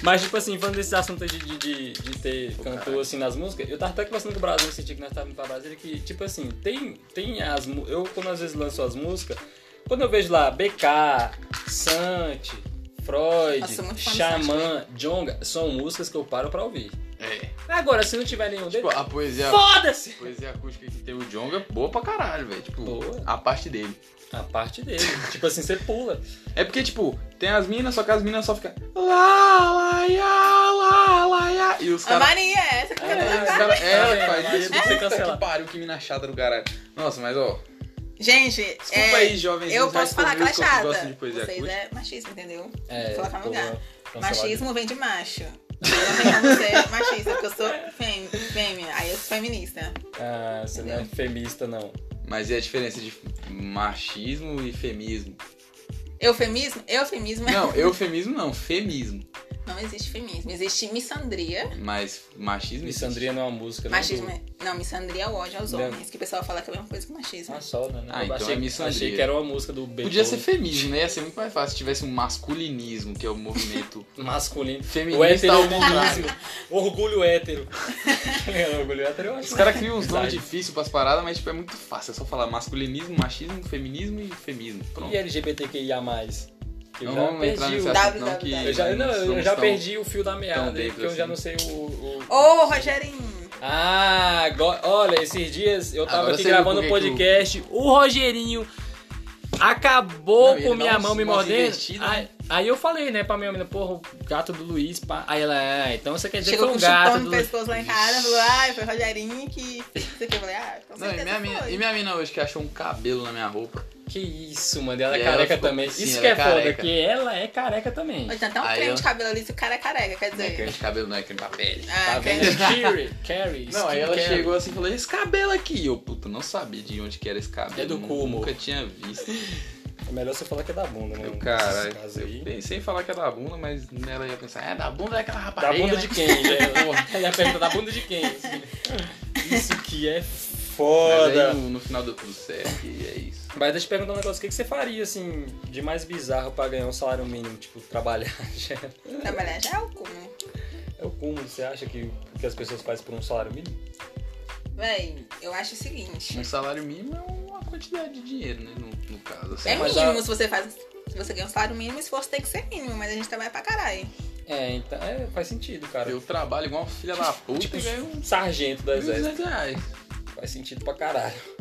Speaker 2: mas, tipo assim, falando desse assunto de, de, de, de ter cantor
Speaker 1: caralho.
Speaker 2: assim nas músicas, eu tava até conversando com o Brasil, senti que nós tava indo pra Brasília, que, tipo assim, tem, tem as. mu- Eu, quando às vezes lanço as músicas, quando eu vejo lá BK, Santi, Freud,
Speaker 3: Nossa, muito fã do
Speaker 2: Xamã, Jonga, são músicas que eu paro pra ouvir.
Speaker 1: É.
Speaker 2: Agora, se não tiver nenhum
Speaker 1: Tipo,
Speaker 2: deles,
Speaker 1: a poesia.
Speaker 2: foda-se!
Speaker 1: Poesia acústica que tem o Jonga, boa pra caralho, velho. Tipo,
Speaker 2: Boa.
Speaker 1: a parte dele.
Speaker 2: A parte dele. tipo assim, você pula.
Speaker 1: É porque, tipo, tem as minas, só que as minas só ficam. Lá, lá, ia, lá, lá, ia. E os
Speaker 3: A
Speaker 1: caras.
Speaker 3: Maria é essa que eu quero
Speaker 2: É,
Speaker 1: Os
Speaker 3: cantar.
Speaker 1: caras. É,
Speaker 2: É,
Speaker 1: faz
Speaker 2: Maria
Speaker 1: isso.
Speaker 2: tem que ser
Speaker 1: Puta
Speaker 2: cancelada.
Speaker 1: que pariu, que mina chata do caralho. Nossa, mas ó.
Speaker 3: Gente,
Speaker 1: Desculpa
Speaker 3: é,
Speaker 1: aí, jovens.
Speaker 3: eu posso falar que ela é chata.
Speaker 1: Gostam de poesia
Speaker 3: Vocês
Speaker 1: acústica.
Speaker 3: é machismo, entendeu?
Speaker 2: É,
Speaker 3: Vou colocar no
Speaker 2: pô,
Speaker 3: lugar.
Speaker 2: cancelado.
Speaker 3: Machismo vem de macho. Eu não tem como ser machista, porque eu sou fem- fêmea. Aí eu sou feminista.
Speaker 2: Ah, você não é feminista, não.
Speaker 3: né?
Speaker 1: Mas e a diferença de machismo e femismo?
Speaker 3: Eufemismo? Eufemismo é-
Speaker 1: Não, eufemismo não, femismo.
Speaker 3: Não existe feminismo. Existe missandria.
Speaker 1: Mas machismo. existe.
Speaker 2: Missandria não é uma música, né?
Speaker 3: Machismo é... Não, missandria é o ódio aos
Speaker 2: Não.
Speaker 3: homens. Que o pessoal fala que é a mesma coisa que
Speaker 2: Do...
Speaker 3: machismo.
Speaker 2: Uma só, né?
Speaker 1: Ah, então
Speaker 2: achei,
Speaker 1: é missandria.
Speaker 2: achei que era uma música do Beethoven.
Speaker 1: Podia ser feminismo, né? Ia ser muito mais fácil se tivesse um masculinismo, que é o movimento
Speaker 2: masculino.
Speaker 1: Feminista
Speaker 2: o hétero é
Speaker 1: ao contrário.
Speaker 2: Orgulho hétero. É, orgulho hétero eu acho.
Speaker 1: Os caras criam uns nomes
Speaker 2: Verdade.
Speaker 1: difíceis pras paradas, mas tipo, é muito fácil. É só falar masculinismo, machismo, feminismo e femismo. Pronto.
Speaker 2: E LGBTQIA+. Eu
Speaker 1: Não
Speaker 2: já
Speaker 1: vamos entrar
Speaker 2: perdi
Speaker 1: nesse
Speaker 2: o...
Speaker 3: assunto.
Speaker 1: assunto não que...
Speaker 3: WWW.
Speaker 2: Eu já, não, eu
Speaker 1: somos
Speaker 2: já
Speaker 1: tão-
Speaker 2: perdi o fio da meada,
Speaker 1: tão dentro
Speaker 2: porque eu já
Speaker 1: assim.
Speaker 2: não sei o... o-
Speaker 3: Ô, Rogerinho!
Speaker 2: Ah, agora, olha, esses dias eu tava
Speaker 1: Agora
Speaker 2: aqui
Speaker 1: você viu
Speaker 2: gravando
Speaker 1: por
Speaker 2: um
Speaker 1: que que
Speaker 2: podcast, o Rogerinho acabou
Speaker 1: Não, ele
Speaker 2: com
Speaker 1: dá
Speaker 2: minha
Speaker 1: uns-
Speaker 2: mão me
Speaker 1: umas
Speaker 2: mordendo.
Speaker 1: investidas,
Speaker 2: Aí,
Speaker 1: né?
Speaker 2: Aí eu falei, né, pra minha menina, porra, o gato do Luiz, pá. Aí ela, é, então você quer dizer
Speaker 3: Chegou
Speaker 2: que
Speaker 3: com
Speaker 2: foi
Speaker 3: um
Speaker 2: um gato
Speaker 3: chupão no
Speaker 2: do Luiz.
Speaker 3: pescoço lá em casa, falou, ai, foi Rogerinho que. Isso aqui. Eu falei, ah, com
Speaker 1: Não, e
Speaker 3: certeza
Speaker 1: minha, mina,
Speaker 3: foi.
Speaker 1: e minha mina hoje que achou um cabelo na minha roupa.
Speaker 2: Que isso, mano, ela
Speaker 1: E
Speaker 2: é
Speaker 1: ela
Speaker 2: careca
Speaker 1: ficou-
Speaker 2: também.
Speaker 1: sim,
Speaker 2: isso
Speaker 1: ela
Speaker 2: que
Speaker 1: é
Speaker 2: é foda,
Speaker 1: careca.
Speaker 2: que ela é careca também.
Speaker 3: Hoje tem até um
Speaker 1: Aí
Speaker 3: creme
Speaker 1: eu-
Speaker 3: de cabelo ali se o cara é careca, quer
Speaker 1: Não é creme
Speaker 3: dizer.
Speaker 1: de cabelo, não é creme pra pele.
Speaker 2: Tá
Speaker 3: Ah,
Speaker 2: vendo?
Speaker 3: creme
Speaker 2: Carrie, Carrie,
Speaker 1: Não, aí
Speaker 2: skin
Speaker 1: ela
Speaker 2: Carrie.
Speaker 1: chegou assim e falou, esse cabelo aqui. Eu, puta, não sabia de onde que era esse cabelo.
Speaker 2: É do
Speaker 1: nu-
Speaker 2: cu,
Speaker 1: Nunca tinha visto.
Speaker 2: É melhor você falar que é da bunda, né?
Speaker 1: Eu,
Speaker 2: Nesse
Speaker 1: cara,
Speaker 2: caso
Speaker 1: eu
Speaker 2: aí.
Speaker 1: pensei em falar que é da bunda, mas ela ia pensar, é da bunda daquela
Speaker 2: Da
Speaker 1: rapariga,
Speaker 2: bunda
Speaker 1: né?
Speaker 2: de quem? né? Ela pergunta da bunda de quem? Isso que é foda.
Speaker 1: Mas aí, no, no final deu tudo certo e é isso.
Speaker 2: Mas deixa eu te perguntar um negócio, o que que você faria, assim, de mais bizarro pra ganhar um salário mínimo? Tipo, trabalhar já
Speaker 3: Trabalhar já é o cu, né?
Speaker 2: é o cúmulo. Você acha que, que as pessoas fazem por um salário mínimo?
Speaker 3: Véi, eu acho o seguinte.
Speaker 1: Um salário mínimo é uma quantidade de dinheiro, né? No, no caso, assim.
Speaker 3: É
Speaker 2: mas
Speaker 3: mínimo
Speaker 2: a-
Speaker 3: se você faz. Se você ganha um salário mínimo, o esforço tem que ser mínimo, mas a gente trabalha pra caralho.
Speaker 2: É, então, é, faz sentido, cara.
Speaker 1: Eu trabalho igual uma filha da puta
Speaker 2: Tipo,
Speaker 1: e ganho
Speaker 2: um sargento do exército.
Speaker 1: 1.200 reais.
Speaker 2: Faz sentido pra caralho.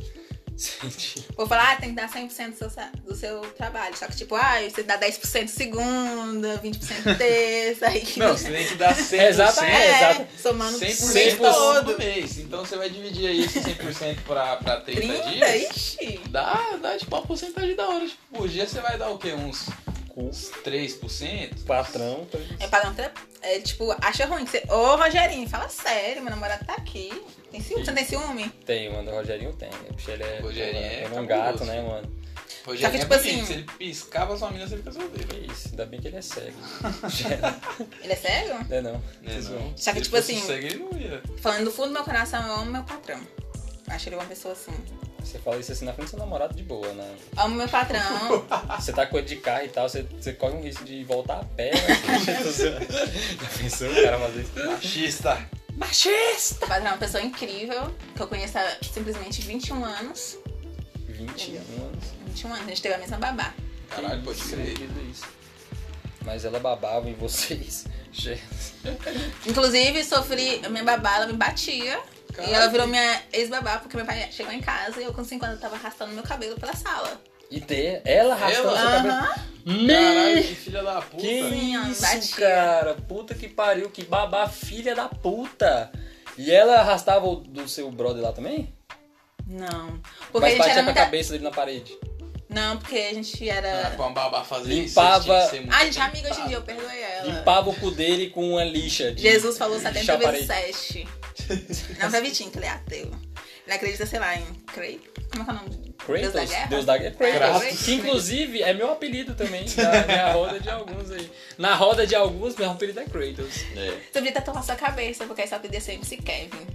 Speaker 2: Sentido.
Speaker 3: Vou falar, ah, tem que dar 100% do seu, sa- do seu trabalho. Só que, tipo, ah, você dá 10% segunda, 20% terça, aí.
Speaker 1: Não, você tem que dar 100%.
Speaker 2: Exatamente.
Speaker 3: é,
Speaker 2: é, exato.
Speaker 3: somando 100%,
Speaker 1: 100%
Speaker 3: mês
Speaker 1: 100%
Speaker 3: todo.
Speaker 1: do mês. Então você vai dividir aí esse 100% pra, pra 30,
Speaker 3: 30,
Speaker 1: dias.
Speaker 3: ixi.
Speaker 1: Dá, dá tipo uma porcentagem da hora. Tipo, por dia você vai dar o quê? Uns 3%?
Speaker 2: Patrão. tá-
Speaker 3: É pagar um tra... É tipo, acha ruim que você. Ô, Rogerinho, fala sério, meu namorado tá aqui. Tem ciúme? Você não tem ciúme?
Speaker 2: Tem, mano. O Rogerinho tem. O bicho, ele é,
Speaker 1: É. O Rogerinho é
Speaker 2: ele um gato,
Speaker 1: cabuloso.
Speaker 2: né, mano?
Speaker 1: Hoje
Speaker 3: Só
Speaker 1: é
Speaker 3: que, tipo
Speaker 1: bonito,
Speaker 3: assim-
Speaker 1: Se ele piscava sua mina, você fica solteiro. né?
Speaker 2: Que isso, ainda bem que ele é cego.
Speaker 3: Ele é sério?
Speaker 2: Não é não.
Speaker 1: Né,
Speaker 2: Vocês
Speaker 1: não?
Speaker 2: vão.
Speaker 3: Só que,
Speaker 1: Se
Speaker 3: tipo
Speaker 1: fosse
Speaker 3: assim-
Speaker 1: Cego, ele não ia.
Speaker 3: Falando do fundo do meu coração, eu amo meu patrão. Eu Acho ele uma pessoa assim.
Speaker 2: Você fala isso assim na frente do seu namorado de boa, né?
Speaker 3: Amo meu patrão.
Speaker 2: Você tá com ele de carro e tal, você, você corre um risco de voltar a pé, né? Já pensou o cara fazer isso?
Speaker 1: Machista.
Speaker 3: Meu patrão é uma pessoa incrível, que eu conheço há simplesmente 21 anos.
Speaker 2: 21 anos.
Speaker 3: 21 anos, a gente teve a mesma babá.
Speaker 1: Caralho,
Speaker 2: Que
Speaker 1: pode
Speaker 2: isso,
Speaker 1: crer.
Speaker 2: que isso. Mas ela babava em vocês. Gente.
Speaker 3: Inclusive, sofri. a Minha babá, ela me batia. E ela virou minha ex-babá, porque meu pai chegou em casa e eu, com 5 anos, tava arrastando meu cabelo pela sala.
Speaker 2: E ter ela arrastando
Speaker 1: Ela?
Speaker 2: seu cabelo.
Speaker 3: Aham.
Speaker 1: Caralho, que filha da puta.
Speaker 2: Que
Speaker 3: Ah. Sim, ó,
Speaker 2: isso,
Speaker 3: batia.
Speaker 2: cara? Puta que pariu, que babá, filha da puta. E ela arrastava o do seu brother lá também?
Speaker 3: Não. Porque a
Speaker 2: Mas
Speaker 3: gente
Speaker 2: batia
Speaker 3: era
Speaker 2: com a
Speaker 3: muita...
Speaker 2: cabeça dele na parede.
Speaker 3: Não, porque a gente era.
Speaker 2: Ah,
Speaker 1: Pra uma babá fazer
Speaker 2: Limpava-
Speaker 1: isso, vocês tinham que ser muito
Speaker 3: Ah, gente, é amiga hoje em dia, eu perdoei ela.
Speaker 2: Limpava o cu dele com uma lixa. de-
Speaker 3: Jesus falou
Speaker 2: de
Speaker 3: 70
Speaker 2: lixar a
Speaker 3: vezes
Speaker 2: parede.
Speaker 3: 7. Não pra Vitinho, que ele é ateu. Ele acredita, sei lá, em Cray. Como é que é o nome?
Speaker 2: Kratos,
Speaker 3: Deus da guerra?
Speaker 2: Deus da guerra. Kratos,
Speaker 3: Kratos.
Speaker 2: Que inclusive é meu apelido também, da minha roda de alguns aí. Na roda de alguns, meu apelido é Kratos.
Speaker 1: É.
Speaker 3: Você devia tatuar sua cabeça, porque aí só podia sempre se Kevin.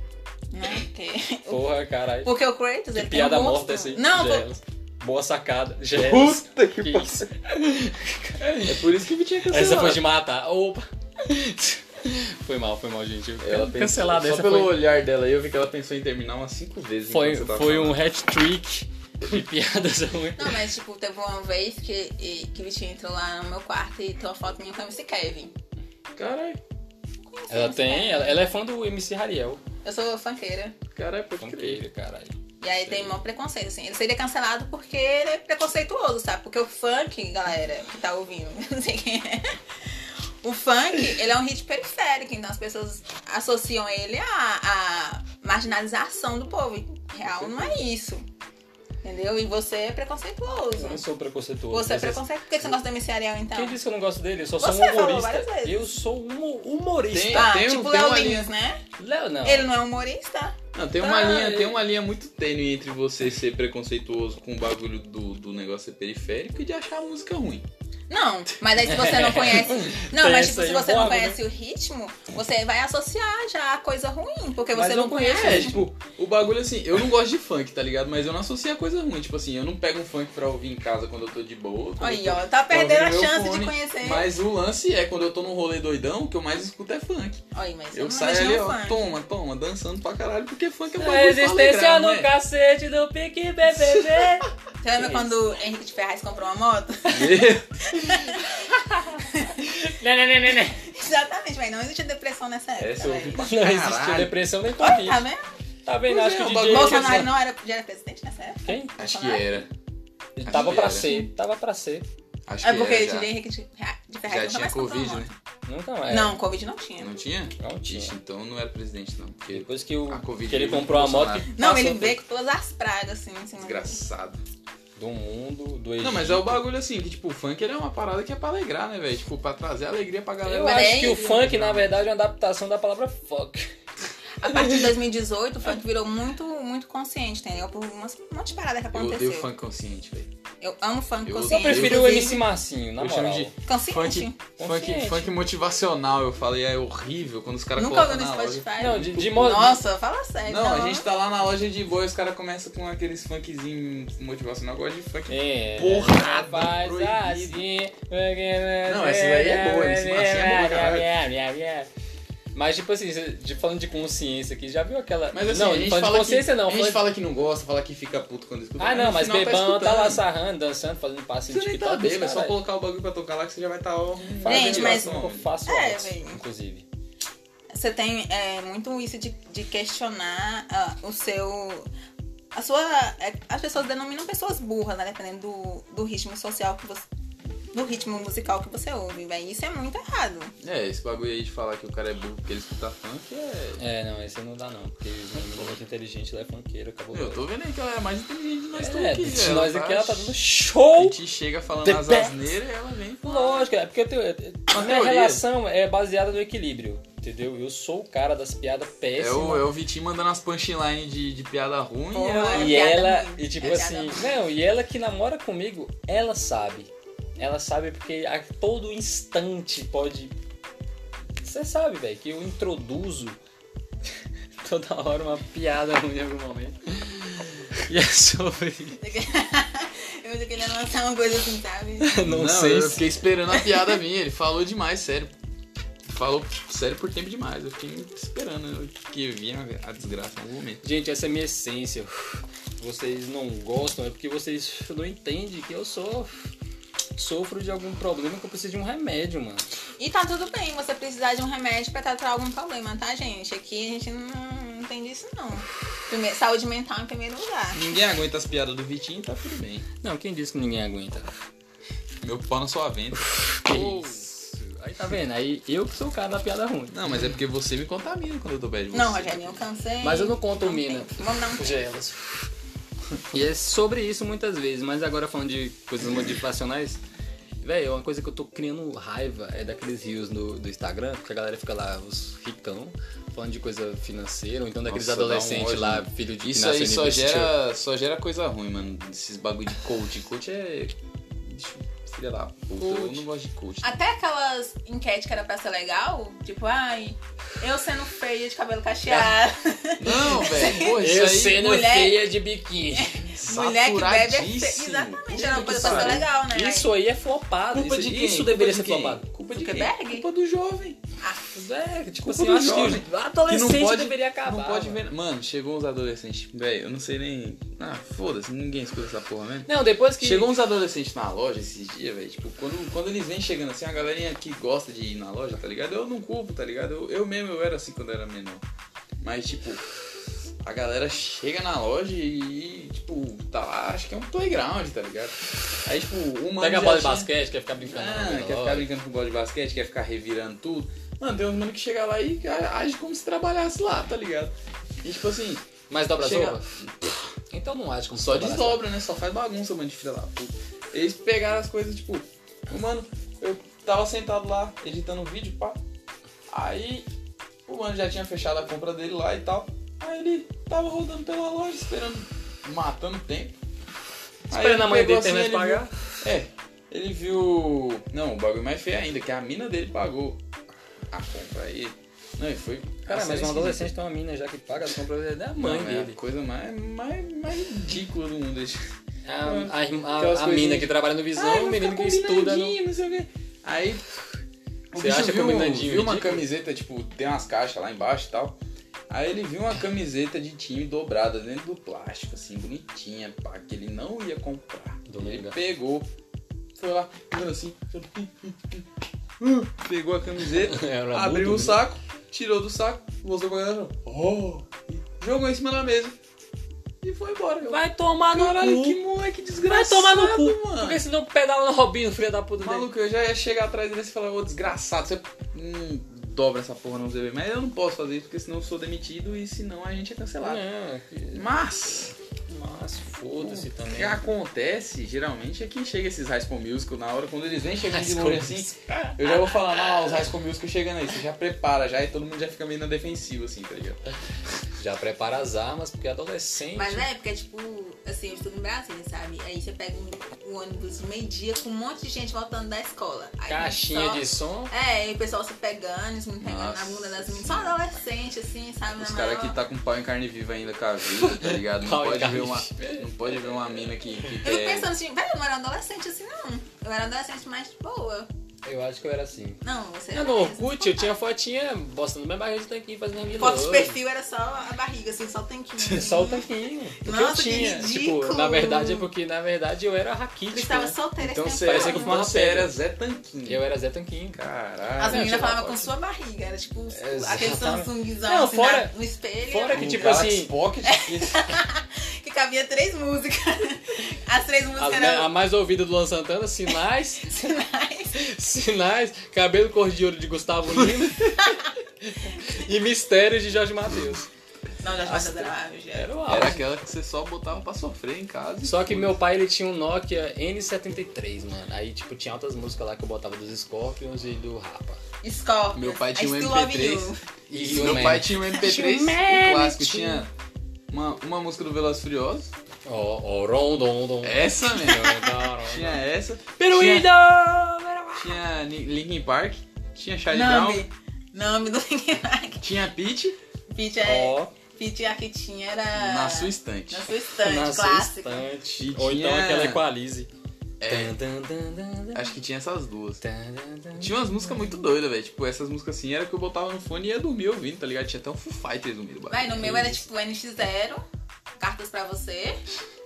Speaker 3: Né? Porque...
Speaker 2: Porra, caralho.
Speaker 3: porque o Kratos,
Speaker 2: Que
Speaker 3: ele
Speaker 2: piada
Speaker 3: tem um rosto.
Speaker 2: morta essa aí.
Speaker 3: Não, pô...
Speaker 2: Gelos. Boa sacada. Gelos.
Speaker 1: Puta É. que
Speaker 2: Que isso.
Speaker 1: É por isso que me tinha cancelado.
Speaker 2: Essa foi de matar. Opa. Foi mal, foi mal, gente.
Speaker 1: Ela pensou,
Speaker 2: Cancelada
Speaker 1: só
Speaker 2: essa
Speaker 1: pelo
Speaker 2: foi.
Speaker 1: olhar dela aí, eu vi que ela pensou em terminar umas cinco vezes.
Speaker 2: Foi,
Speaker 1: enquanto você tava
Speaker 2: foi um
Speaker 1: falando.
Speaker 2: hat-trick de piadas ruins.
Speaker 3: Não, mas tipo, teve uma vez que, e- que o Vitinho entrou lá no meu quarto e tem uma foto minha com o MC Kevin. assim, né?
Speaker 1: Caralho,
Speaker 2: Ela tem, ela, ela é fã do MC Rariel.
Speaker 3: Eu sou funkeira.
Speaker 1: caralho, pode
Speaker 2: um
Speaker 1: crer.
Speaker 2: Tranquilo, caralho.
Speaker 3: E aí tem maior preconceito, assim. Ele seria cancelado porque ele é preconceituoso, sabe? Porque o funk, galera, que tá ouvindo, não sei quem é. O funk, ele é um hit periférico, então as pessoas associam ele à, à marginalização do povo. E real não é isso. Entendeu? E você é
Speaker 2: Eu não
Speaker 3: preconceituoso.
Speaker 2: sou preconceituoso.
Speaker 3: Você é
Speaker 2: mas essa-
Speaker 3: preconceituoso. Por que você não gosta do MC Ariel,
Speaker 2: Quem
Speaker 3: então?
Speaker 2: disse que eu não gosto dele? Eu só sou
Speaker 3: Você
Speaker 2: um
Speaker 3: falou
Speaker 2: humorista.
Speaker 3: várias vezes.
Speaker 2: Eu sou um humorista.
Speaker 1: Tem-
Speaker 3: Ah,
Speaker 1: um-
Speaker 3: tipo o
Speaker 1: tem
Speaker 3: Léo
Speaker 1: uma
Speaker 3: Lins, né?
Speaker 2: Léo, não.
Speaker 3: Ele não é humorista?
Speaker 1: Não, tem uma,
Speaker 2: Ah,
Speaker 1: linha,
Speaker 2: é.
Speaker 1: tem uma linha muito tênue entre você ser preconceituoso com o bagulho do, do negócio ser periférico e de achar a música ruim.
Speaker 3: Não, mas aí se você não conhece. Não,
Speaker 2: Tem
Speaker 3: mas
Speaker 2: isso
Speaker 3: tipo,
Speaker 2: aí,
Speaker 3: se
Speaker 2: eu
Speaker 3: você
Speaker 1: né?
Speaker 3: não
Speaker 2: concordo,
Speaker 3: conhece o ritmo, você vai associar já a coisa ruim, porque
Speaker 2: Mas
Speaker 3: você
Speaker 2: eu
Speaker 3: não
Speaker 2: conheço,
Speaker 3: conhece.
Speaker 1: É, tipo, o bagulho assim, eu não gosto de funk, tá ligado? Mas eu não associo a coisa ruim. Tipo assim, eu não pego um funk pra ouvir em casa quando eu tô de boa. quando
Speaker 3: Aí,
Speaker 1: eu tô-
Speaker 3: ó, tá
Speaker 1: pra ouvir
Speaker 3: perdendo
Speaker 1: no
Speaker 3: a
Speaker 1: meu
Speaker 3: chance de
Speaker 1: fone.
Speaker 3: conhecer.
Speaker 1: Mas o lance é, quando eu tô num rolê doidão, o que eu mais escuto é funk.
Speaker 3: Olha, mas
Speaker 1: Eu
Speaker 3: não
Speaker 1: saio
Speaker 3: imagino
Speaker 1: ali,
Speaker 3: o
Speaker 1: ó,
Speaker 3: funk.
Speaker 1: toma, toma, dançando pra caralho, porque funk é um
Speaker 2: A
Speaker 1: bagulho pra
Speaker 2: existência
Speaker 1: alegrar, não
Speaker 2: no
Speaker 1: é?
Speaker 2: cacete do Pique BBB.
Speaker 3: Você lembra quando Henrique de Ferraz comprou uma moto?
Speaker 2: Né, né, né, né, né.
Speaker 3: Exatamente, mas não existia depressão nessa época.
Speaker 1: Essa eu ouvi
Speaker 3: velho.
Speaker 1: pra
Speaker 2: Não né?
Speaker 1: caralho.
Speaker 2: existiu depressão nem
Speaker 3: Olha, tá
Speaker 2: convite.
Speaker 3: vendo?
Speaker 2: Tá vendo?
Speaker 1: Pois
Speaker 2: Acho
Speaker 1: é,
Speaker 2: que
Speaker 1: o
Speaker 2: o
Speaker 1: bagulho-
Speaker 2: DJ...
Speaker 3: Bolsonaro não era, já era presidente nessa época.
Speaker 2: Quem?
Speaker 1: Acho que era.
Speaker 2: Ele tava
Speaker 1: que era. né?
Speaker 2: pra ser. Tava pra ser.
Speaker 1: Acho
Speaker 3: É
Speaker 1: que
Speaker 3: porque
Speaker 1: era já.
Speaker 3: DJ Henrique de Ferra- De
Speaker 1: Já
Speaker 3: Ferrari nunca
Speaker 1: tinha
Speaker 3: mais comprou
Speaker 1: Covid,
Speaker 3: uma
Speaker 1: né?
Speaker 3: moto.
Speaker 2: Nunca mais. É
Speaker 3: Não, Covid não tinha.
Speaker 1: Não tinha?
Speaker 2: Não tinha.
Speaker 1: Ixi, então não era presidente, não. Porque
Speaker 2: Depois que, o,
Speaker 1: A Covid
Speaker 2: que ele
Speaker 1: veio
Speaker 2: comprou a
Speaker 1: com o
Speaker 2: moto.
Speaker 1: Bolsonaro.
Speaker 2: que
Speaker 3: Não,
Speaker 2: passou
Speaker 3: ele
Speaker 2: do-
Speaker 3: veio com todas as pragas, assim, em cima dele.
Speaker 1: desgraçado.
Speaker 2: Do mundo, do Egito.
Speaker 1: Não, mas é o bagulho assim, que tipo, o funk ele é uma parada que é pra alegrar, né, velho? Tipo, pra trazer alegria pra galera.
Speaker 2: Eu
Speaker 3: Mas
Speaker 2: acho
Speaker 3: é
Speaker 2: que o
Speaker 3: isso.
Speaker 2: funk, na verdade, é uma adaptação da palavra fuck.
Speaker 3: A partir de 2018, o funk virou muito, muito consciente, entendeu? Por umas- um monte de parada que
Speaker 1: Eu
Speaker 3: aconteceu.
Speaker 1: odeio
Speaker 3: Eu,
Speaker 1: funk consciente, velho.
Speaker 3: amo funk
Speaker 1: Eu
Speaker 2: Eu
Speaker 3: consciente.
Speaker 2: prefiro o
Speaker 3: inclusive,
Speaker 2: MC Marcinho, na
Speaker 1: Eu chamo
Speaker 2: moral.
Speaker 1: de
Speaker 3: Consciente.
Speaker 1: Funk,
Speaker 2: Consciente.
Speaker 1: funk, funk motivacional, eu falei, é horrível quando os caras
Speaker 3: Nunca
Speaker 1: colocam
Speaker 3: ouviu no
Speaker 1: na loja.
Speaker 3: Spotify.
Speaker 2: Não, de, de modo.
Speaker 3: Nossa, fala sério.
Speaker 1: Não, a gente tá lá na loja de boa e os caras começam com aqueles funkzinhos motivacional. Eu gosto de funk.
Speaker 2: É.
Speaker 1: Porrada,
Speaker 2: Faz
Speaker 1: proibido.
Speaker 3: ah,
Speaker 2: assim. Não,
Speaker 1: essa daí é boa, MC Marcinho é boa pra
Speaker 2: Mas, tipo assim, cê- de, falando de consciência aqui, já viu aquela.
Speaker 1: Mas assim,
Speaker 2: não,
Speaker 1: a gente
Speaker 2: falando
Speaker 1: fala
Speaker 2: de consciência
Speaker 1: que,
Speaker 2: não.
Speaker 1: a gente
Speaker 2: falando-
Speaker 1: fala que não gosta, fala que fica puto quando escuta.
Speaker 2: Ah, não,
Speaker 1: no
Speaker 2: mas
Speaker 1: final
Speaker 2: Bebão tá
Speaker 1: escutando.
Speaker 2: lá tipo, sarrando, dançando, fazendo passinho
Speaker 1: Você
Speaker 2: de
Speaker 1: nem tá
Speaker 2: TikTok.
Speaker 1: bêbado, é só
Speaker 2: caralho.
Speaker 1: colocar o bagulho pra tocar lá que você já vai estar, ó.
Speaker 2: Fazendo
Speaker 3: Gente, mas-
Speaker 2: ação, eu faço
Speaker 3: É,
Speaker 2: altos,
Speaker 3: velho.
Speaker 2: inclusive.
Speaker 3: Você tem é, muito isso de, de questionar ah, o seu. A sua. é, As pessoas denominam pessoas burras, né? Dependendo do, do ritmo social que você. Do ritmo musical que você ouve, velho. Isso é muito errado.
Speaker 1: É, esse bagulho aí de falar que o cara é burro porque ele escuta funk é.
Speaker 2: É, não, esse não dá não, porque o menino é muito inteligente, ele é funkeiro, acabou.
Speaker 1: Meu, eu tô vendo aí que ela é mais inteligente de nós todos
Speaker 2: é,
Speaker 1: aqui,
Speaker 2: de
Speaker 1: velho.
Speaker 2: nós aqui ela tá dando
Speaker 1: A
Speaker 2: show!
Speaker 1: gente chega falando
Speaker 2: The
Speaker 1: as
Speaker 2: best.
Speaker 1: asneiras e ela vem.
Speaker 2: Lógico, é porque eu tenho, a minha
Speaker 1: teoria.
Speaker 2: relação é baseada no equilíbrio, entendeu? Eu sou o cara das piadas
Speaker 1: É
Speaker 2: péssimas.
Speaker 1: o, é o Vitinho mandando as punchlines de, de piada ruim
Speaker 3: Porra,
Speaker 1: e ela. tá
Speaker 2: E
Speaker 3: Piada
Speaker 2: ela,
Speaker 3: ruim.
Speaker 2: e tipo
Speaker 3: Piada
Speaker 2: assim,
Speaker 3: ruim.
Speaker 2: não, e ela que namora comigo, ela sabe. Ela sabe porque a todo instante pode. Você sabe, velho, que eu introduzo toda hora uma piada ruim em algum momento. E é sobre.
Speaker 3: Eu tô querendo lançar uma coisa assim, sabe?
Speaker 2: Não,
Speaker 1: Não,
Speaker 2: sei
Speaker 1: eu
Speaker 2: se-
Speaker 1: fiquei esperando a piada vir. Ele falou demais, sério. Falou tipo, sério por tempo demais. Eu fiquei esperando que vinha a desgraça em algum momento.
Speaker 2: Gente, essa é a minha essência. Vocês não gostam, é porque vocês não entendem que eu sou. Sofro de algum problema que eu preciso de um remédio, mano.
Speaker 3: E tá tudo bem você precisar de um remédio pra tratar algum problema, tá, gente? Aqui a gente não entende isso, não. Primeiro- saúde mental em primeiro lugar.
Speaker 1: Ninguém aguenta as piadas do Vitinho, tá tudo bem.
Speaker 2: Não, quem disse que ninguém aguenta?
Speaker 1: Meu pau na sua venda.
Speaker 2: Que Aí tá vendo? Aí eu que sou o cara da piada ruim.
Speaker 1: Não, mas é porque você me contamina quando eu dou bad. Você.
Speaker 3: Não, Rogerinho, eu cansei.
Speaker 2: Mas eu não né? conto o mina.
Speaker 3: Vamos dar um
Speaker 2: Gelas. é, E é sobre isso muitas vezes, mas agora falando de coisas motivacionais, velho, uma coisa que eu tô criando raiva é daqueles rios do, do Instagram, porque a galera fica lá, os ricão, falando de coisa financeira, ou então daqueles
Speaker 1: Nossa, dá um
Speaker 2: adolescentes
Speaker 1: ódio,
Speaker 2: lá,
Speaker 1: né?
Speaker 2: filho de que
Speaker 1: Isso
Speaker 2: nasceu
Speaker 1: aí
Speaker 2: no
Speaker 1: só
Speaker 2: investiu.
Speaker 1: gera, só gera coisa ruim, mano. Esses bagulho de coach. Coach é. bicho, Filha da puta. Eu
Speaker 2: Coach.
Speaker 1: não gosto de coach.
Speaker 3: Até aquelas enquetes que era pra ser legal, tipo, ai, eu sendo feia de cabelo cacheado,
Speaker 1: Não, velho. Porra, isso
Speaker 2: Eu
Speaker 1: aí.
Speaker 2: né?
Speaker 1: é
Speaker 2: sendo
Speaker 3: mulher-
Speaker 2: feia de biquíni.
Speaker 3: mulher que bebe é feia.
Speaker 1: Saturadíssimo.
Speaker 3: Exatamente,
Speaker 1: Puta
Speaker 3: era uma
Speaker 1: que
Speaker 3: coisa pra ser
Speaker 1: pariu.
Speaker 3: legal, né?
Speaker 2: Isso aí é flopado.
Speaker 1: Culpa
Speaker 2: isso
Speaker 1: de quem?
Speaker 2: isso
Speaker 1: Culpa
Speaker 2: deveria
Speaker 1: de
Speaker 2: ser
Speaker 1: quem?
Speaker 2: flopado.
Speaker 1: Culpa de
Speaker 3: Zuckerberg?
Speaker 1: quem? Culpa do jovem.
Speaker 2: É, tipo
Speaker 1: Culpa
Speaker 2: assim,
Speaker 1: do
Speaker 2: eu acho
Speaker 1: jovem.
Speaker 2: que o adolescente
Speaker 1: Que não pode-
Speaker 2: deveria acabar. né?
Speaker 1: Não pode
Speaker 2: mano.
Speaker 1: ver. Mano, chegou uns adolescentes. Velho, eu não sei nem. Ah, foda-se, ninguém escuta essa porra mesmo.
Speaker 2: Não, depois que.
Speaker 1: Chegou uns adolescentes na loja esses dias, velho. Tipo, quando, quando eles vêm chegando assim, a galerinha que gosta de ir na loja, tá ligado? Eu não culpo, tá ligado? Eu, eu mesmo eu era assim quando era menor. Mas, tipo, a galera chega na loja e, tipo, tá lá, acho que é um playground, tá ligado? Aí, tipo, uma.
Speaker 2: Pega a bola de basquete, quer ficar brincando.
Speaker 1: Ah,
Speaker 2: na
Speaker 1: quer
Speaker 2: bola.
Speaker 1: ficar brincando com bola de basquete, quer ficar revirando tudo. Mano, tem uns mano que chega lá e a- age como se trabalhasse lá, tá ligado? E tipo assim,
Speaker 2: Mas dobra as
Speaker 1: Chega-
Speaker 2: roupas? Então não acho como
Speaker 1: só
Speaker 2: dobra as
Speaker 1: desdobra, né? Só faz bagunça, mano, de filha da puta. Eles pegaram as coisas, tipo, mano, eu tava sentado lá editando um vídeo, pá. Aí o mano já tinha fechado a compra dele lá e tal. Aí ele tava rodando pela loja, esperando, matando tempo. Aí
Speaker 2: Esperando
Speaker 1: ele
Speaker 2: a mãe
Speaker 1: pegou
Speaker 2: dele terminar de
Speaker 1: ele viu-
Speaker 2: pagar.
Speaker 1: é, ele viu. Não, o bagulho mais feio ainda, que a mina dele pagou a compra aí. Não, e foi.
Speaker 2: Cara, mas
Speaker 1: Nossa,
Speaker 2: um
Speaker 1: é
Speaker 2: adolescente tem uma mina já que paga as compras da
Speaker 1: esquisito.
Speaker 2: mãe
Speaker 1: Não, É a
Speaker 2: dele.
Speaker 1: coisa mais, mais, mais ridícula do mundo. esse.
Speaker 2: A, a, a-
Speaker 1: Aquelas
Speaker 2: a
Speaker 1: coisinhas
Speaker 2: mina
Speaker 1: de-
Speaker 2: que trabalha no
Speaker 1: Ai,
Speaker 2: Visão, o
Speaker 1: vai
Speaker 2: menino que
Speaker 1: ficar
Speaker 2: estuda no.
Speaker 1: combinandinho, Não sei o quê. Aí. o
Speaker 2: Você
Speaker 1: bicho
Speaker 2: acha
Speaker 1: viu,
Speaker 2: combinandinho
Speaker 1: viu uma
Speaker 2: ridículo?
Speaker 1: camiseta, tipo, tem umas caixas lá embaixo e tal. Aí ele viu uma camiseta de time dobrada dentro do plástico, assim, bonitinha, pá, que ele não ia comprar.
Speaker 2: Domingo.
Speaker 1: Ele pegou, foi lá, andando assim, hum, pegou a camiseta,
Speaker 2: Era né?
Speaker 1: abriu
Speaker 2: muito
Speaker 1: o saco, tirou do saco, mostrou pra galera, oh, e jogou em cima da mesa. e foi embora. Eu,
Speaker 2: Vai tomar no
Speaker 1: Caralho,
Speaker 2: cu.
Speaker 1: que moleque desgraçado.
Speaker 2: Vai tomar no cu.
Speaker 1: mano.
Speaker 2: Porque senão pedala no Robinho, filho da puta dele.
Speaker 1: Maluco, eu já ia chegar atrás dele e falar, ô desgraçado, você hum, dobra essa porra não sei bem. Mas eu não posso fazer isso, porque senão eu sou demitido e senão a gente é cancelado.
Speaker 2: Não, que-
Speaker 1: Mas
Speaker 2: Mas É. foda-se
Speaker 1: o
Speaker 2: também.
Speaker 1: que acontece, geralmente, é que chega esses High School Musical na hora, quando eles vêm chegando de
Speaker 2: High
Speaker 1: longe
Speaker 2: School
Speaker 1: assim, eu já vou falar, ah, os High School Musical chegando aí, você já prepara já e todo mundo já fica meio na defensiva, assim, tá ligado?
Speaker 2: Já prepara as armas, porque adolescente.
Speaker 3: Mas na época, tipo, assim, eu estudo no Brasília, sabe? Aí você pega um, um ônibus de meio-dia com um monte de gente voltando da escola. Aí
Speaker 2: Caixinha
Speaker 3: só-
Speaker 2: de som.
Speaker 3: É, e o pessoal se pegando, se pegando na
Speaker 1: Nossa.
Speaker 3: bunda das meninas. Só adolescente, assim, sabe?
Speaker 1: Os
Speaker 3: na
Speaker 1: caras
Speaker 3: maior-
Speaker 1: que tá com pau em carne viva ainda com a vida, tá ligado? Não
Speaker 2: Pau em
Speaker 1: pode
Speaker 2: carne
Speaker 1: ver uma,
Speaker 2: viva.
Speaker 1: não pode ver uma mina que, que
Speaker 3: Eu fico
Speaker 2: É.
Speaker 1: quer-
Speaker 3: pensando assim, velho, eu não era adolescente assim, não. Eu era adolescente mais de boa.
Speaker 2: Eu acho que eu era assim.
Speaker 3: Não, você
Speaker 2: Eu
Speaker 3: era
Speaker 2: no
Speaker 3: mais
Speaker 2: Orkut, eu tinha fotinha bostando minha barriga de tanquinho, fazendo amigo.
Speaker 3: Foto de perfil era só a barriga, assim, só o tanquinho.
Speaker 2: Só o tanquinho. Porque eu
Speaker 3: Nossa, que
Speaker 2: tinha. tipo,
Speaker 3: ridículo.
Speaker 2: na verdade é porque na verdade eu era raquítico.
Speaker 3: Ele estava
Speaker 2: né?
Speaker 3: solteiro
Speaker 1: Então
Speaker 3: esse
Speaker 1: você
Speaker 3: tempo
Speaker 2: parecia
Speaker 1: era,
Speaker 3: todo.
Speaker 2: que eu fumava
Speaker 1: então você era
Speaker 2: pedra.
Speaker 1: Zé Tanquinho.
Speaker 2: Eu era Zé Tanquinho.
Speaker 1: Caralho.
Speaker 3: As meninas
Speaker 2: chegava
Speaker 3: falavam
Speaker 2: a
Speaker 3: com
Speaker 2: tipo, foto.
Speaker 3: sua barriga, era tipo os-
Speaker 2: Exatamente.
Speaker 3: aquele Samsungzão
Speaker 2: Não,
Speaker 3: assim,
Speaker 2: fora-
Speaker 3: na- no espelho.
Speaker 2: fora que,
Speaker 1: Um
Speaker 2: tipo
Speaker 1: Galaxy
Speaker 2: assim-
Speaker 1: Pocket,
Speaker 3: É. que cabia três músicas. As três
Speaker 2: A,
Speaker 3: músicas
Speaker 2: a
Speaker 3: eram
Speaker 2: mais ouvida do Luan Santana, Sinais,
Speaker 3: sinais.
Speaker 2: Sinais, Cabelo Cor de Ouro de Gustavo Lima e Mistérios de Jorge Matheus.
Speaker 3: Não, já já era áudio.
Speaker 2: Era o
Speaker 1: era
Speaker 2: auge.
Speaker 1: aquela que você só botava pra sofrer em casa.
Speaker 2: Só que meu pai ele tinha um Nokia N73, mano. Aí tipo tinha altas músicas lá que eu botava dos Scorpions e do Rapa.
Speaker 3: Scorpions.
Speaker 1: Meu pai tinha um
Speaker 3: I Still Love
Speaker 1: MP3.
Speaker 3: You.
Speaker 2: E
Speaker 1: meu
Speaker 2: o Man.
Speaker 1: pai tinha um MP3,
Speaker 2: Humanity.
Speaker 1: um clássico, tinha uma, uma música do Velozes e Furiosos.
Speaker 2: Ó, ó, ron, dom, dom.
Speaker 1: Essa mesmo. É. tinha
Speaker 2: Tinha-
Speaker 1: essa.
Speaker 2: Peruído!
Speaker 1: Tinha, tinha Ni- Linkin Park. Tinha Charlie Brown.
Speaker 3: Nome. Nome do Linkin Park.
Speaker 1: Tinha Pete
Speaker 3: Pitch é.
Speaker 2: Ó,
Speaker 3: Pitch a que tinha era.
Speaker 1: na sua estante.
Speaker 3: É. Na sua estante,
Speaker 2: na sua
Speaker 3: clássica.
Speaker 2: Tipo, estante.
Speaker 1: E
Speaker 2: Ou então
Speaker 1: tinha-
Speaker 2: aquela Equalize.
Speaker 1: É.
Speaker 2: Tan, tan, tan, tan, tan.
Speaker 1: Acho que tinha essas duas.
Speaker 2: Tan, tan, tan.
Speaker 1: Tinha umas músicas muito doidas, velho. Tipo, essas músicas assim era que eu botava no fone e ia dormir ouvindo, tá ligado? Tinha até um Foo Fighters no meio do
Speaker 3: Vai,
Speaker 1: bagulho.
Speaker 3: no meu era tipo NX0, cartas pra você.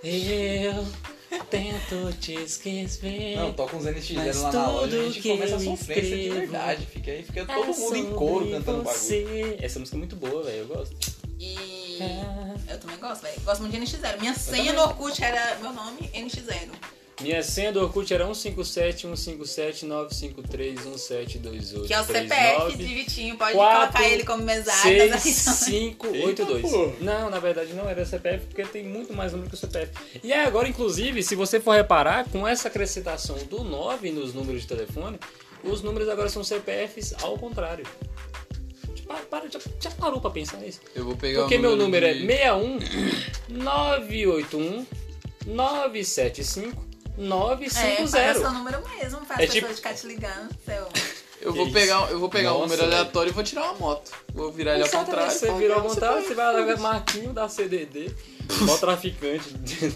Speaker 2: Eu tento te esquecer.
Speaker 1: Não, toca uns NX0
Speaker 2: Mas
Speaker 1: lá na loja e a
Speaker 2: tudo
Speaker 1: gente
Speaker 2: que
Speaker 1: começa a
Speaker 2: eu
Speaker 1: sofrência de
Speaker 2: escrevo
Speaker 1: verdade. Fica aí, fica
Speaker 2: É
Speaker 1: todo mundo em couro
Speaker 2: sobre
Speaker 1: cantando o bagulho.
Speaker 2: você. Essa música é muito boa, velho. Eu gosto.
Speaker 3: E. Eu também gosto, velho. Gosto muito de NX0. Minha senha
Speaker 2: É. também.
Speaker 3: no Orkut era meu nome, NX0.
Speaker 2: Minha senha do Orkut era 157 157 953 1728.
Speaker 3: Que é o CPF de Vitinho. Pode
Speaker 2: quatro,
Speaker 3: colocar ele como mesário. mas assim,
Speaker 2: 6582. Não, na verdade não era CPF, porque tem muito mais número que o CPF. E aí, agora, inclusive, se você for reparar, com essa acrescentação do 9 nos números de telefone, os números agora são CPFs ao contrário. Para, para, já, já parou pra pensar nisso?
Speaker 1: Eu vou pegar
Speaker 2: Porque
Speaker 1: o
Speaker 2: meu
Speaker 1: número
Speaker 2: número é
Speaker 1: de-
Speaker 2: 61 981 975
Speaker 3: É, faz o seu
Speaker 2: 950.
Speaker 3: número mesmo, faz
Speaker 2: É
Speaker 3: as
Speaker 2: tipo-
Speaker 3: pessoas ficarem te ligando. Seu...
Speaker 1: Eu
Speaker 2: Que
Speaker 1: vou
Speaker 2: isso?
Speaker 1: pegar, eu vou pegar um
Speaker 2: Nossa,
Speaker 1: número
Speaker 2: velho.
Speaker 1: aleatório e vou tirar uma moto. Vou virar ele ao contrário.
Speaker 2: Exatamente, você
Speaker 1: Pô,
Speaker 2: virou à
Speaker 1: cara,
Speaker 2: vontade,
Speaker 1: tá-
Speaker 2: você vai lá, Marquinho da CDD, mó traficante de,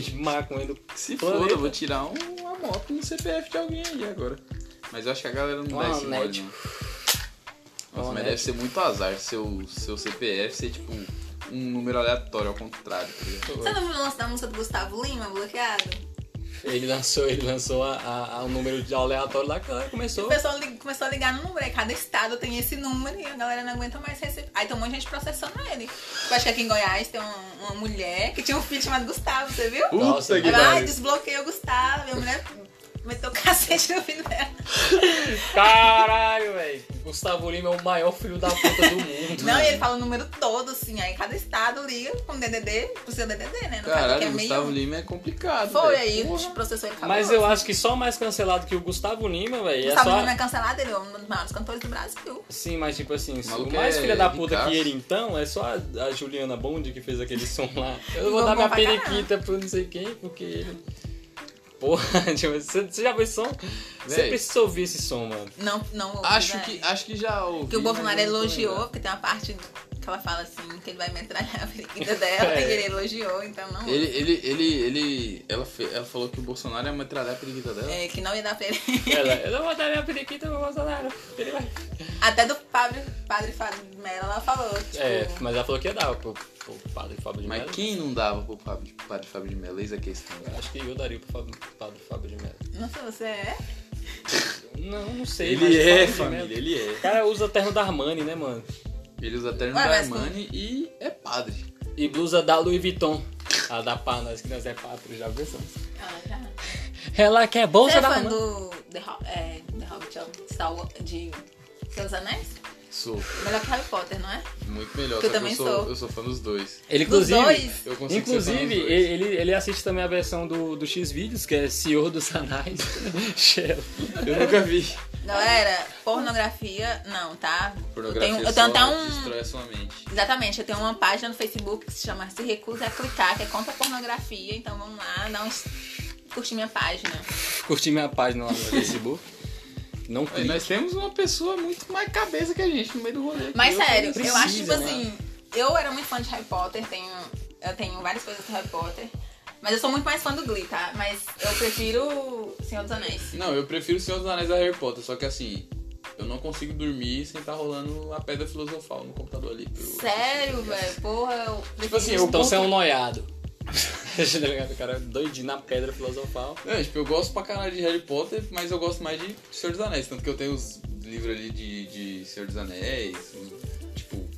Speaker 2: de maconha do
Speaker 1: Se
Speaker 2: planeta.
Speaker 1: foda, eu vou tirar um- uma moto no CPF de alguém aí agora. Mas eu acho que a galera não
Speaker 2: Uma
Speaker 1: dá esse mole,
Speaker 2: net.
Speaker 1: não.
Speaker 2: Uma
Speaker 1: Nossa, mas
Speaker 2: net.
Speaker 1: deve ser muito azar seu, seu CPF ser tipo um número aleatório ao contrário, tá ligado?
Speaker 3: Você não viu o lance da música do Gustavo Lima, bloqueado?
Speaker 2: Ele lançou, ele lançou a, a- a- o número de aleatório lá, cara,
Speaker 3: O
Speaker 2: começou.
Speaker 3: pessoal li- começou a ligar no número, aí cada estado tem esse número e a galera não aguenta mais receber. Aí tem um monte de gente processando ele. Eu acho que aqui em Goiás tem um- uma mulher que tinha um filho chamado Gustavo, você viu?
Speaker 2: Nossa, que
Speaker 3: Ela, ai,
Speaker 2: pariu.
Speaker 3: desbloqueia o Gustavo, e a mulher meteu o cacete no filho dela.
Speaker 2: Caralho, velho. Gustavo Lima é o maior filho da puta do mundo.
Speaker 3: Não, e ele fala o número todo, assim, aí cada estado liga com DDD, pro seu DDD, né? No caso, aqui
Speaker 1: Caralho,
Speaker 3: é
Speaker 1: o
Speaker 3: meio-
Speaker 1: Gustavo Lima é complicado.
Speaker 3: Foi
Speaker 1: velho.
Speaker 3: aí,
Speaker 1: Porra.
Speaker 3: processou ele acabou.
Speaker 2: Mas eu acho que só mais cancelado que o Gustavo Lima, velho, é
Speaker 3: Gustavo
Speaker 2: só...
Speaker 3: Lima é cancelado, ele é um dos maiores cantores do Brasil.
Speaker 2: Sim, mas tipo assim,
Speaker 1: maluco
Speaker 2: o mais
Speaker 1: é
Speaker 2: filha da puta
Speaker 1: ricaço.
Speaker 2: que ele então é só a, a Juliana Bond que fez aquele som lá. Eu
Speaker 3: Ficou
Speaker 2: vou dar
Speaker 3: bom
Speaker 2: minha
Speaker 3: pra
Speaker 2: periquita pro não sei quem, porque ele. Porra, tipo, você, você já viu esse som? Você
Speaker 1: Véi.
Speaker 2: precisa ouvir esse som, mano.
Speaker 3: Não, não. ouvi,
Speaker 1: Acho
Speaker 3: né?
Speaker 1: que, acho que já ouvi.
Speaker 3: Que o Bolsonaro
Speaker 1: mas eu não tô
Speaker 3: elogiou,
Speaker 1: lembrado.
Speaker 3: porque tem uma parte que ela fala assim, que ele vai metralhar a vida dela,
Speaker 2: É.
Speaker 3: e ele elogiou, então não.
Speaker 1: Ele, ele, ele, ele, ela, fe- ela falou que o Bolsonaro ia metralhar a periquita dela.
Speaker 3: É, que não ia dar pra ele.
Speaker 1: É.
Speaker 2: Ela, eu não vou dar minha periquita pro Bolsonaro. Ele vai. tipo,
Speaker 3: Até do padre, padre Fábio de Mello, ela falou, tipo,
Speaker 2: É, mas ela falou que ia dar pro, pro padre Fábio de
Speaker 1: Mas
Speaker 2: Mello.
Speaker 1: quem não dava pro Fábio, pro padre Fábio de Mello? Eis a questão.
Speaker 2: Eu Acho que eu daria pro Fábio- padre Fábio de Mello.
Speaker 3: não sei você é.
Speaker 2: Não, não sei. mas
Speaker 1: Ele é,
Speaker 2: Fábio de
Speaker 1: família,
Speaker 2: Mello-
Speaker 1: ele é.
Speaker 2: O cara usa terno da Armani, né, mano?
Speaker 1: Ele usa terno
Speaker 3: Ué,
Speaker 1: da
Speaker 3: mas com-
Speaker 1: Armani e é padre.
Speaker 2: E blusa da Louis Vuitton. A da pá, nós que nós é pátrio, já pensamos.
Speaker 3: Ah, já.
Speaker 2: Ela quer bolsa
Speaker 3: Você é
Speaker 2: da
Speaker 3: fã
Speaker 2: mamãe.
Speaker 3: do The, Ho- é, The Hobbit, ó, Star Wars, de Seus Anéis?
Speaker 1: Sou
Speaker 3: Melhor que Harry Potter, não é?
Speaker 1: muito melhor.
Speaker 3: Que eu
Speaker 1: só que
Speaker 3: também
Speaker 1: eu sou,
Speaker 3: sou.
Speaker 1: Eu sou fã dos dois.
Speaker 2: Ele,
Speaker 3: Dos
Speaker 2: inclusive,
Speaker 3: dois?
Speaker 1: Eu consigo ser fã dos
Speaker 2: inclusive
Speaker 1: dois.
Speaker 2: ele, ele assiste também a versão do, do X-Vídeos, que é Senhor dos Anais. Shell.
Speaker 1: Eu nunca vi.
Speaker 3: Galera, pornografia, não, tá? Eu
Speaker 1: Pornografia
Speaker 3: tenho, eu tenho
Speaker 1: só
Speaker 3: até um...
Speaker 1: destrói a sua mente.
Speaker 3: Exatamente, eu tenho uma página no Facebook que se chama Se Recusa a Clicar, que é contra a pornografia. Então vamos lá, dá uns... curtir minha página.
Speaker 2: Curti minha página lá no Facebook. Não
Speaker 1: Aí
Speaker 2: clique.
Speaker 1: nós temos uma pessoa muito mais cabeça que a gente no meio do rolê. aqui.
Speaker 3: Mas
Speaker 1: Eu
Speaker 3: sério, eu,
Speaker 1: falei,
Speaker 3: acho tipo
Speaker 1: precisa, né?
Speaker 3: assim, eu era muito fã de Harry Potter, tenho, eu tenho várias coisas do Harry Potter. Mas eu sou muito mais fã do Glee, tá? Mas eu prefiro Senhor dos Anéis.
Speaker 1: Não, eu prefiro o Senhor dos Anéis a Harry Potter, só que assim, eu não consigo dormir sem estar rolando a pedra filosofal no computador ali. pro-
Speaker 3: Sério, velho, porra, eu prefiro...
Speaker 1: Tipo assim, eu
Speaker 2: Então
Speaker 1: curto-
Speaker 2: você é um noiado. Tá ligado? o cara é doidinho na pedra filosofal.
Speaker 1: Não, tipo, eu gosto pra caralho de Harry Potter, mas eu gosto mais de Senhor dos Anéis. Tanto que eu tenho os livros ali de, de Senhor dos Anéis, os- tipo,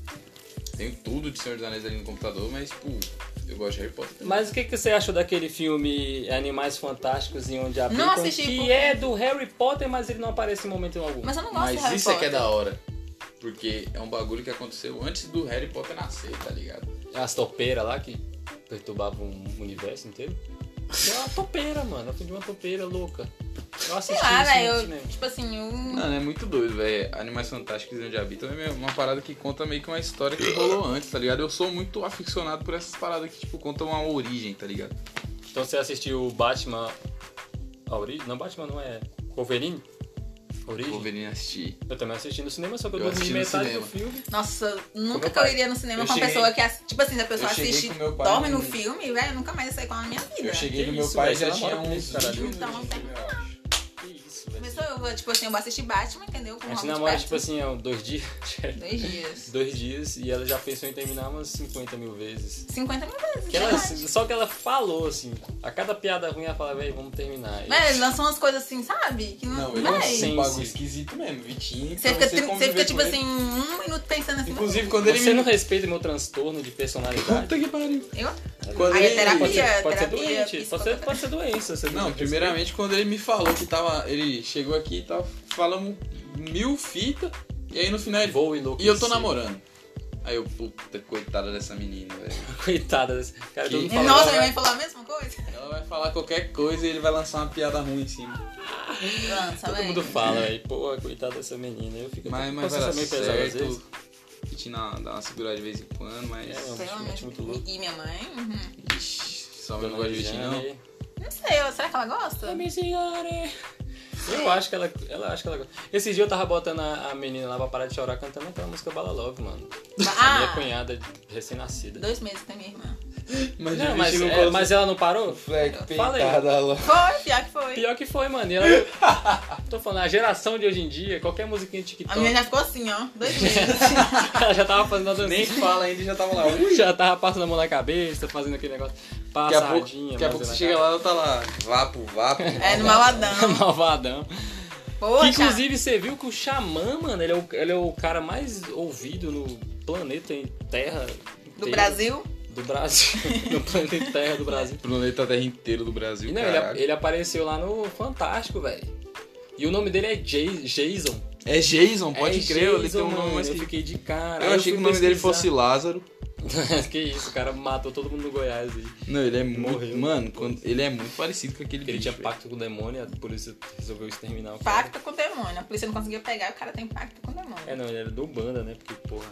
Speaker 1: tenho tudo de Senhor dos Anéis ali no computador, mas, tipo, eu gosto de Harry Potter. também.
Speaker 2: Mas o que, que você achou daquele filme Animais Fantásticos e onde habitam?
Speaker 3: Não assisti,
Speaker 2: Que
Speaker 3: porque-
Speaker 2: é do Harry Potter, mas ele não aparece em momento algum.
Speaker 3: Mas eu não gosto de
Speaker 1: Mas
Speaker 3: Harry
Speaker 1: isso é que
Speaker 3: Potter.
Speaker 1: é da hora. Porque é um bagulho que aconteceu antes do Harry Potter nascer, tá ligado?
Speaker 2: As topeiras lá que perturbavam o universo inteiro. É uma topeira, mano. Eu fui de uma topeira louca. Eu assisti
Speaker 3: Sei lá,
Speaker 2: isso no
Speaker 3: velho, eu-
Speaker 1: né?
Speaker 2: cinema.
Speaker 3: tipo assim, eu...
Speaker 1: Mano, é muito doido, velho. Animais Fantásticos e Onde Habitam é uma parada que conta meio que uma história que rolou antes, tá ligado? Eu sou muito aficionado por essas paradas que, tipo, contam uma origem, tá ligado?
Speaker 2: Então você assistiu o Batman... A origem? Não, Batman não é... Wolverine? Origem?
Speaker 1: Vou vir assistir.
Speaker 2: Eu também assisti no cinema, só que eu,
Speaker 1: Eu
Speaker 2: dormi
Speaker 1: assisti no
Speaker 2: metade do
Speaker 1: cinema.
Speaker 2: filme.
Speaker 3: Nossa, nunca
Speaker 1: meu
Speaker 3: que eu
Speaker 1: pai.
Speaker 3: iria no cinema
Speaker 1: Eu
Speaker 3: com uma
Speaker 1: cheguei-
Speaker 3: pessoa que. ass- Tipo assim, se a pessoa
Speaker 1: Eu cheguei
Speaker 3: assiste,
Speaker 1: com meu pai
Speaker 3: dorme no
Speaker 1: num-
Speaker 3: filme, velho, eu nunca mais ia sair com ela na minha vida.
Speaker 1: Eu cheguei
Speaker 2: Que
Speaker 1: no meu
Speaker 2: isso,
Speaker 1: pai e
Speaker 2: velho,
Speaker 1: já
Speaker 2: você
Speaker 1: tinha
Speaker 2: namora com
Speaker 1: uns um,
Speaker 2: isso, caralho?
Speaker 1: 20 minutos.
Speaker 3: Então, tá.
Speaker 1: eu acho.
Speaker 2: Que isso, velho.
Speaker 3: Pessoa, eu vou, tipo assim, eu vou assistir Batman, entendeu? Com
Speaker 2: A gente
Speaker 3: Robert
Speaker 2: namora, tipo
Speaker 3: Pattinson.
Speaker 2: assim, há dois dias.
Speaker 3: Dois dias.
Speaker 2: dois dias e ela já pensou em terminar umas 50 mil vezes.
Speaker 3: 50 mil vezes.
Speaker 2: Que ela-
Speaker 3: verdade.
Speaker 2: só que ela falou assim, a cada piada ruim ela fala, velho, vamos terminar. E-
Speaker 3: Véi, eles lançam umas coisas assim, sabe? Que não.
Speaker 1: Não, ele
Speaker 3: véi.
Speaker 1: é um
Speaker 2: Sim, sim.
Speaker 1: bagulho esquisito mesmo, Vitinho.
Speaker 3: Você
Speaker 1: pra
Speaker 3: fica, tri- você
Speaker 1: conviver
Speaker 3: fica tipo
Speaker 1: com ele.
Speaker 3: assim, um minuto pensando assim.
Speaker 1: Inclusive, quando ele
Speaker 2: Você
Speaker 1: me.
Speaker 2: não respeita meu transtorno de personalidade? tá
Speaker 1: Puta que pariu.
Speaker 3: Eu?
Speaker 1: Quando
Speaker 3: Aí é
Speaker 1: ele-
Speaker 2: Pode
Speaker 3: terapia,
Speaker 2: ser, pode ser
Speaker 3: terapia,
Speaker 2: doente, pode ser, pode ser doença. você
Speaker 1: Não, primeiramente quando ele me falou que tava. Ele chegou aqui e tava. Falamos mil fitas. E aí no final ele.
Speaker 2: Vou É enlouquecer.
Speaker 1: E eu tô namorando. Aí eu, puta, coitada dessa menina, velho.
Speaker 2: Coitada desse cara.
Speaker 1: Que-
Speaker 2: todo mundo
Speaker 3: E,
Speaker 2: fala,
Speaker 3: Nossa, minha
Speaker 1: né?
Speaker 3: mãe falou a mesma coisa.
Speaker 1: Ela vai falar qualquer coisa e ele vai lançar uma piada ruim em cima.
Speaker 3: Lança,
Speaker 2: Todo
Speaker 3: véi.
Speaker 2: mundo fala aí, pô, coitada dessa menina. Eu fico
Speaker 1: Mas,
Speaker 2: com
Speaker 1: mas vai
Speaker 2: consciência
Speaker 1: dar
Speaker 2: meio pesada às vezes.
Speaker 1: certo. Vitinho dá uma segurada de vez em quando, mas.
Speaker 2: É,
Speaker 3: Sei lá,
Speaker 2: Muito, muito
Speaker 3: mas-
Speaker 2: louco.
Speaker 3: E minha mãe? Uhum.
Speaker 1: Ixi, só eu não gosto de Vitinho,
Speaker 2: Jane
Speaker 1: não.
Speaker 2: aí.
Speaker 3: Não sei, eu- será que ela gosta?
Speaker 2: Let me see your it. Eu acho que ela, ela acho que ela. Esse dia eu tava botando a, a menina lá pra parar de chorar cantando aquela música Bala Love, mano. A minha
Speaker 3: Ah,
Speaker 2: cunhada recém-nascida.
Speaker 3: dois meses tem minha irmã.
Speaker 1: Mas
Speaker 2: Não,
Speaker 1: o
Speaker 2: mas,
Speaker 1: Vitinho
Speaker 2: é,
Speaker 1: gosta
Speaker 2: mas ela não parou?
Speaker 1: Fleck,
Speaker 2: Fala aí.
Speaker 1: peitada louca.
Speaker 3: Foi, pior que foi.
Speaker 2: Pior que foi, mano. E ela, tô falando, a geração de hoje em dia, qualquer musiquinha de
Speaker 3: A
Speaker 2: TikTok,
Speaker 3: menina já ficou assim, ó. Dois meses.
Speaker 2: ela já tava fazendo a dancinha.
Speaker 1: Nem fala ainda e já tava lá. Ui,
Speaker 2: Já tava passando a mão na cabeça, fazendo aquele negócio.
Speaker 1: Daqui a pouco,
Speaker 2: Passadinha,
Speaker 1: daqui a pouco
Speaker 2: fazendo
Speaker 1: você
Speaker 2: a
Speaker 1: chega lá, ela tá lá. Vapo, vapo.
Speaker 3: É,
Speaker 1: vapo.
Speaker 3: no
Speaker 2: cara-
Speaker 3: maladão.
Speaker 2: Malvadão.
Speaker 3: Poxa.
Speaker 2: Inclusive, você viu que o Xamã, mano, ele é o, ele é o cara mais ouvido no planeta em Terra.
Speaker 3: do
Speaker 2: inteiro.
Speaker 3: Brasil.
Speaker 2: Do Brasil. no planeta em Terra do Brasil.
Speaker 1: Planeta Terra inteiro do Brasil,
Speaker 2: E não,
Speaker 1: caralho.
Speaker 2: ele, é- ele apareceu lá no Fantástico, velho. E o nome dele é Jay- Jason.
Speaker 1: É Jason, pode
Speaker 2: é
Speaker 1: crer,
Speaker 2: Jason,
Speaker 1: ele tem um nome
Speaker 2: mano,
Speaker 1: mais
Speaker 2: Eu
Speaker 1: que...
Speaker 2: fiquei de cara.
Speaker 1: Eu
Speaker 2: Aí
Speaker 1: achei
Speaker 2: fui
Speaker 1: que o nome dele
Speaker 2: pesquisar.
Speaker 1: fosse Lázaro.
Speaker 2: que isso, o cara matou todo mundo no Goiás aí.
Speaker 1: Não, ele é
Speaker 2: Morreu.
Speaker 1: muito... Mano, quando- ele é muito parecido com aquele
Speaker 2: Porque ele
Speaker 1: bicho,
Speaker 2: tinha pacto com o demônio, a polícia resolveu exterminar o cara.
Speaker 3: Pacto com o demônio. A polícia não conseguia pegar e o cara tem pacto com o demônio.
Speaker 2: É, não, ele era do Banda, né? Porque, porra.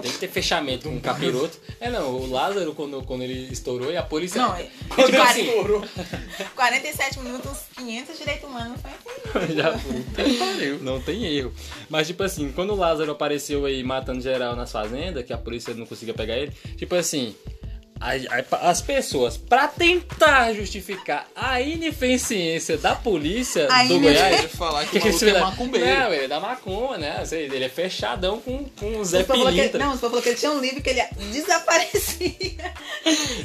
Speaker 2: Tem que ter fechamento com um capiroto. É, não, o Lázaro, quando, quando ele estourou, e a polícia. Tipo assim,
Speaker 3: Não, é-
Speaker 2: Quando
Speaker 3: de
Speaker 2: eu
Speaker 3: 40
Speaker 2: estourou.
Speaker 3: 47 minutos, uns 500 direitos humanos. Foi assim.
Speaker 2: Já foi. Não tem erro. Mas, tipo assim, quando o Lázaro apareceu aí matando geral nas fazendas, que a polícia não conseguia pegar ele, tipo assim. a- a- As pessoas, pra tentar justificar a ineficiência da polícia
Speaker 3: A
Speaker 2: do
Speaker 3: ine-
Speaker 2: Goiás,
Speaker 1: Pode falar é que,
Speaker 2: Que
Speaker 1: o
Speaker 2: que
Speaker 1: maluco
Speaker 2: esse
Speaker 1: é
Speaker 2: filho da-
Speaker 1: macumbeiro.
Speaker 2: Não, ele é da macumba, né? Sei, Ele é fechadão com, com o Zé
Speaker 3: O senhor falou que ele-
Speaker 1: é-
Speaker 2: Pilintra.
Speaker 3: Não, o senhor falou que ele tinha um livro que ele desaparecia.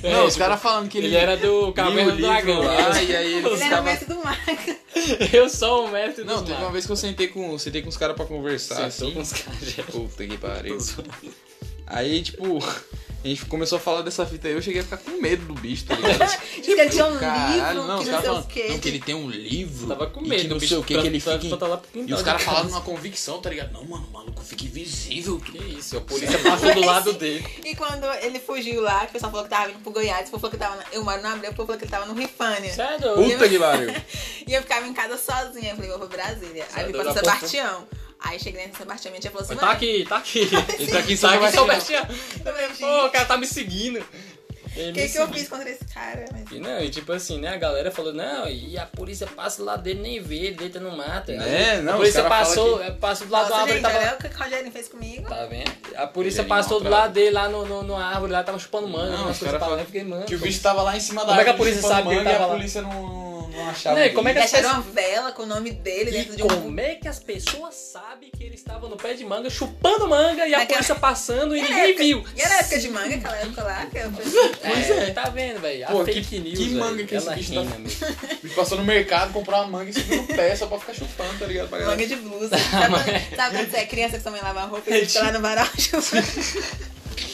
Speaker 2: É,
Speaker 1: Não, os
Speaker 2: tipo,
Speaker 1: caras falando que
Speaker 2: Ele
Speaker 1: ele...
Speaker 2: era do
Speaker 1: lia
Speaker 2: Caverna
Speaker 1: o
Speaker 2: do
Speaker 1: livro
Speaker 2: Dragão.
Speaker 1: lá, e aí ele
Speaker 3: Ele era o
Speaker 1: ficava...
Speaker 3: mestre do mago.
Speaker 2: Eu sou o mestre
Speaker 1: Não,
Speaker 2: dos
Speaker 1: teve uma
Speaker 2: magos.
Speaker 1: vez que eu sentei com, sentei com os caras pra conversar,
Speaker 2: Sentou
Speaker 1: assim.
Speaker 2: com os caras.
Speaker 1: Puta que pariu. Aí, tipo, a A gente começou a falar dessa fita aí, eu cheguei a ficar com medo do bicho, tá ligado?
Speaker 3: Diz que ele tinha um
Speaker 1: Caralho,
Speaker 3: livro,
Speaker 1: não,
Speaker 3: que
Speaker 1: os caras
Speaker 3: não sei o
Speaker 1: falam
Speaker 3: quê.
Speaker 1: não, que ele tem um livro.
Speaker 2: Tava com
Speaker 1: e
Speaker 2: medo
Speaker 1: que não
Speaker 2: do
Speaker 1: sei o que,
Speaker 2: bicho
Speaker 1: que ele
Speaker 2: pra-
Speaker 1: fica. em-
Speaker 2: pra tá lá pro quintal
Speaker 1: E os
Speaker 2: de
Speaker 1: caras
Speaker 2: casa.
Speaker 1: falaram numa convicção, tá ligado? Não, mano, o maluco fica invisível.
Speaker 2: Que isso, a polícia passou do lado dele.
Speaker 3: E quando ele fugiu lá, que o pessoal falou que tava vindo pro Goiás, o povo falou que tava. na- Eu moro no Abreu, o povo falou que ele tava no Rifânia.
Speaker 2: Sério?
Speaker 1: Puta que pariu.
Speaker 3: E eu ficava em casa sozinha. Eu falei, vou pra Brasília. Aí vim pra São
Speaker 2: Doida
Speaker 3: Sebastião. Aí cheguei em São Sebastião, minha tia falou assim:
Speaker 2: Tá aqui, tá aqui.
Speaker 1: Ele tá aqui em São
Speaker 2: Tá aqui em São
Speaker 1: Sebastião.
Speaker 2: Sebastião. Pô, o
Speaker 3: O
Speaker 2: cara tá me seguindo. Ele me
Speaker 3: que, que
Speaker 2: seguiu.
Speaker 3: eu fiz contra esse cara? Mas-
Speaker 2: E não, e tipo assim, né? A galera falou, não, e a polícia passa do lado dele, nem vê, ele deita no mato.
Speaker 1: Né?
Speaker 2: Aí,
Speaker 1: Não,
Speaker 2: a
Speaker 1: os
Speaker 2: polícia
Speaker 1: cara fala
Speaker 2: passou, eh, passou do lado da
Speaker 3: Nossa,
Speaker 2: árvore,
Speaker 3: gente,
Speaker 2: tava.
Speaker 3: olha o que o Rogerinho fez comigo.
Speaker 2: Tá vendo? A polícia
Speaker 1: Ele
Speaker 2: passou do
Speaker 1: maltrata.
Speaker 2: lado dele lá no, no, no árvore, lá tava chupando manga,
Speaker 1: Não,
Speaker 2: umas
Speaker 1: os
Speaker 2: coisas
Speaker 1: cara
Speaker 2: pra lá,
Speaker 1: fala
Speaker 2: eu fiquei, mano.
Speaker 1: Que o
Speaker 2: como-
Speaker 1: bicho tava lá em cima da
Speaker 2: Como é que a
Speaker 1: árvore
Speaker 2: polícia
Speaker 1: chupando
Speaker 2: sabe que ele
Speaker 1: manga e
Speaker 2: tava
Speaker 1: a
Speaker 2: lá?
Speaker 1: polícia não, não achava.
Speaker 2: Né,
Speaker 1: ele.
Speaker 2: como é que as
Speaker 3: Deixaram
Speaker 2: pessoas.
Speaker 3: uma vela com o nome dele dentro
Speaker 2: E
Speaker 3: de um
Speaker 2: como é que as pessoas sabem que ele estava no pé de manga, chupando manga e a
Speaker 3: Naquela-
Speaker 2: polícia passando e
Speaker 3: E era
Speaker 2: ninguém
Speaker 3: época-
Speaker 2: viu?
Speaker 3: E era época de manga, aquela época lá, que eu assim, pensei,
Speaker 2: Pois é, tá vendo, velho? A
Speaker 1: Pô, que-
Speaker 2: fake news.
Speaker 1: que
Speaker 2: velho,
Speaker 1: manga que esse
Speaker 2: ela
Speaker 1: bicho tá-
Speaker 2: rima, meu.
Speaker 1: A gente passou no mercado, comprou uma manga e subiu no pé só pra ficar chupando, tá ligado? Pra galera.
Speaker 3: manga de blusa. Sabe quando, sabe quando você é criança que sua mãe lava a roupa
Speaker 2: É
Speaker 3: e fica lá no varal chupando?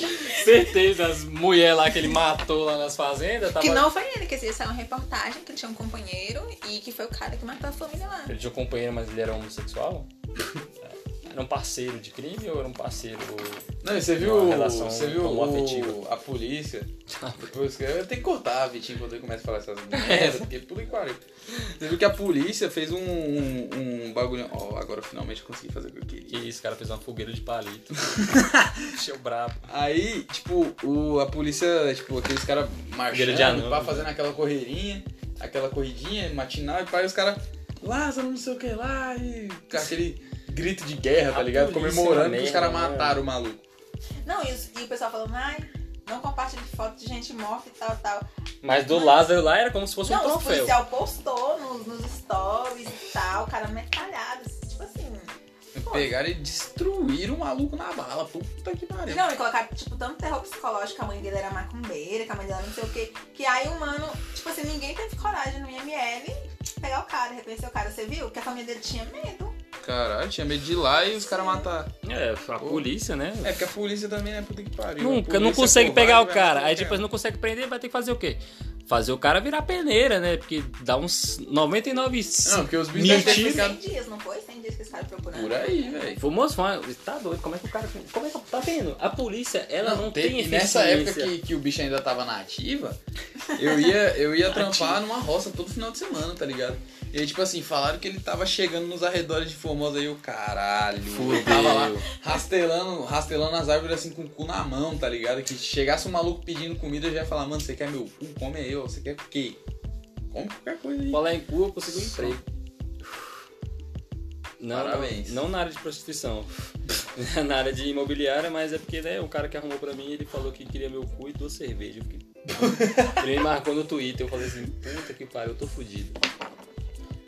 Speaker 2: Certeza, as mulheres lá que ele matou lá nas fazendas, tava...
Speaker 3: Que não foi ele, que esse saiu uma reportagem que ele tinha um companheiro e que foi o cara que matou a família lá.
Speaker 2: Ele tinha um companheiro, mas ele era homossexual? Era um parceiro de crime ou era um parceiro...
Speaker 1: Não, e você
Speaker 2: Uma
Speaker 1: viu,
Speaker 2: relação
Speaker 1: você viu
Speaker 2: homoafetiva.
Speaker 1: o, a polícia? Depois, que- eu tenho que cortar, Vitinho, quando eu começo a falar essas merdas, porque tudo em 40. Você viu que a polícia fez um, um, um bagulho... Ó, agora eu finalmente consegui fazer o que eu
Speaker 2: Que
Speaker 1: queria.
Speaker 2: isso, cara fez uma fogueira de palito. Encheu brabo.
Speaker 1: Aí, tipo, o, a polícia, tipo, aqueles caras
Speaker 2: Fogueira de
Speaker 1: marchando,
Speaker 2: anão,
Speaker 1: pá,
Speaker 2: né?
Speaker 1: fazendo aquela correirinha, aquela corridinha matinal, e pá, e os caras, Lázaro, não sei o que lá, e com aquele grito de guerra, tá
Speaker 2: A
Speaker 1: ligado?
Speaker 2: polícia é
Speaker 1: Comemorando
Speaker 2: uma
Speaker 1: que os caras
Speaker 2: merda, né?
Speaker 1: mataram o maluco.
Speaker 3: Não, e, os- e o pessoal falando, ai, não compartilhe foto de gente morta e tal, tal.
Speaker 2: Mas do Lázaro lá era como se fosse um
Speaker 3: não, o
Speaker 2: troféu.
Speaker 3: policial postou nos, nos stories e tal, o cara metralhado, tipo assim.
Speaker 1: Pegaram e destruíram o maluco na bala. Puta que pariu.
Speaker 3: Não, e colocaram, tipo, tanto terror psicológico, que a mãe dele era macumbeira, que a mãe dela não sei o quê. Que aí o mano, tipo assim, ninguém teve coragem no IML pegar o cara, reconhecer o cara. Você viu? Que a família dele tinha medo.
Speaker 1: Caralho, tinha medo de ir lá e os caras mataram.
Speaker 2: É, a polícia, né?
Speaker 1: É, porque a polícia também, né? Puta que pariu.
Speaker 2: Nunca,
Speaker 1: A
Speaker 2: não
Speaker 1: polícia
Speaker 2: consegue
Speaker 1: é covarde,
Speaker 2: pegar o
Speaker 1: vai
Speaker 2: cara.
Speaker 1: matar
Speaker 2: Aí, tipo,
Speaker 1: cara.
Speaker 2: não consegue prender, vai ter que fazer o quê? Fazer o cara virar peneira, né? Porque dá uns 99...
Speaker 1: Não, porque os bichos devem
Speaker 3: Mas
Speaker 1: ter
Speaker 3: foi
Speaker 1: ficado
Speaker 3: 100 dias, não foi? 100 dias que esse cara procurando.
Speaker 1: por aí, velho.
Speaker 2: Foi moço, foi- tá doido, como é que o cara. Como é que. Tá vendo? A polícia, ela não, tem,
Speaker 1: e Nessa
Speaker 2: eficiência.
Speaker 1: época que, que o bicho ainda tava na ativa, eu ia, eu ia trampar numa roça todo final de semana, tá ligado? E aí, tipo assim, falaram que ele tava chegando nos arredores de Formosa aí, o caralho.
Speaker 2: Fudeu.
Speaker 1: Eu Tava lá rastelando, rastelando as árvores assim com o cu na mão, tá ligado? Que chegasse um maluco pedindo comida, eu já ia falar, mano, você quer meu cu? Come eu, você quer o quê? Come qualquer coisa aí.
Speaker 2: Falar em cu, eu consigo um emprego. Não,
Speaker 1: Parabéns.
Speaker 2: Não, não na área de prostituição. na área de imobiliária, mas é porque, né, o cara que arrumou pra mim, ele falou que queria meu cu e duas cervejas. Eu fiquei- ele me marcou no Twitter, eu falei assim, puta que pariu, eu tô fudido.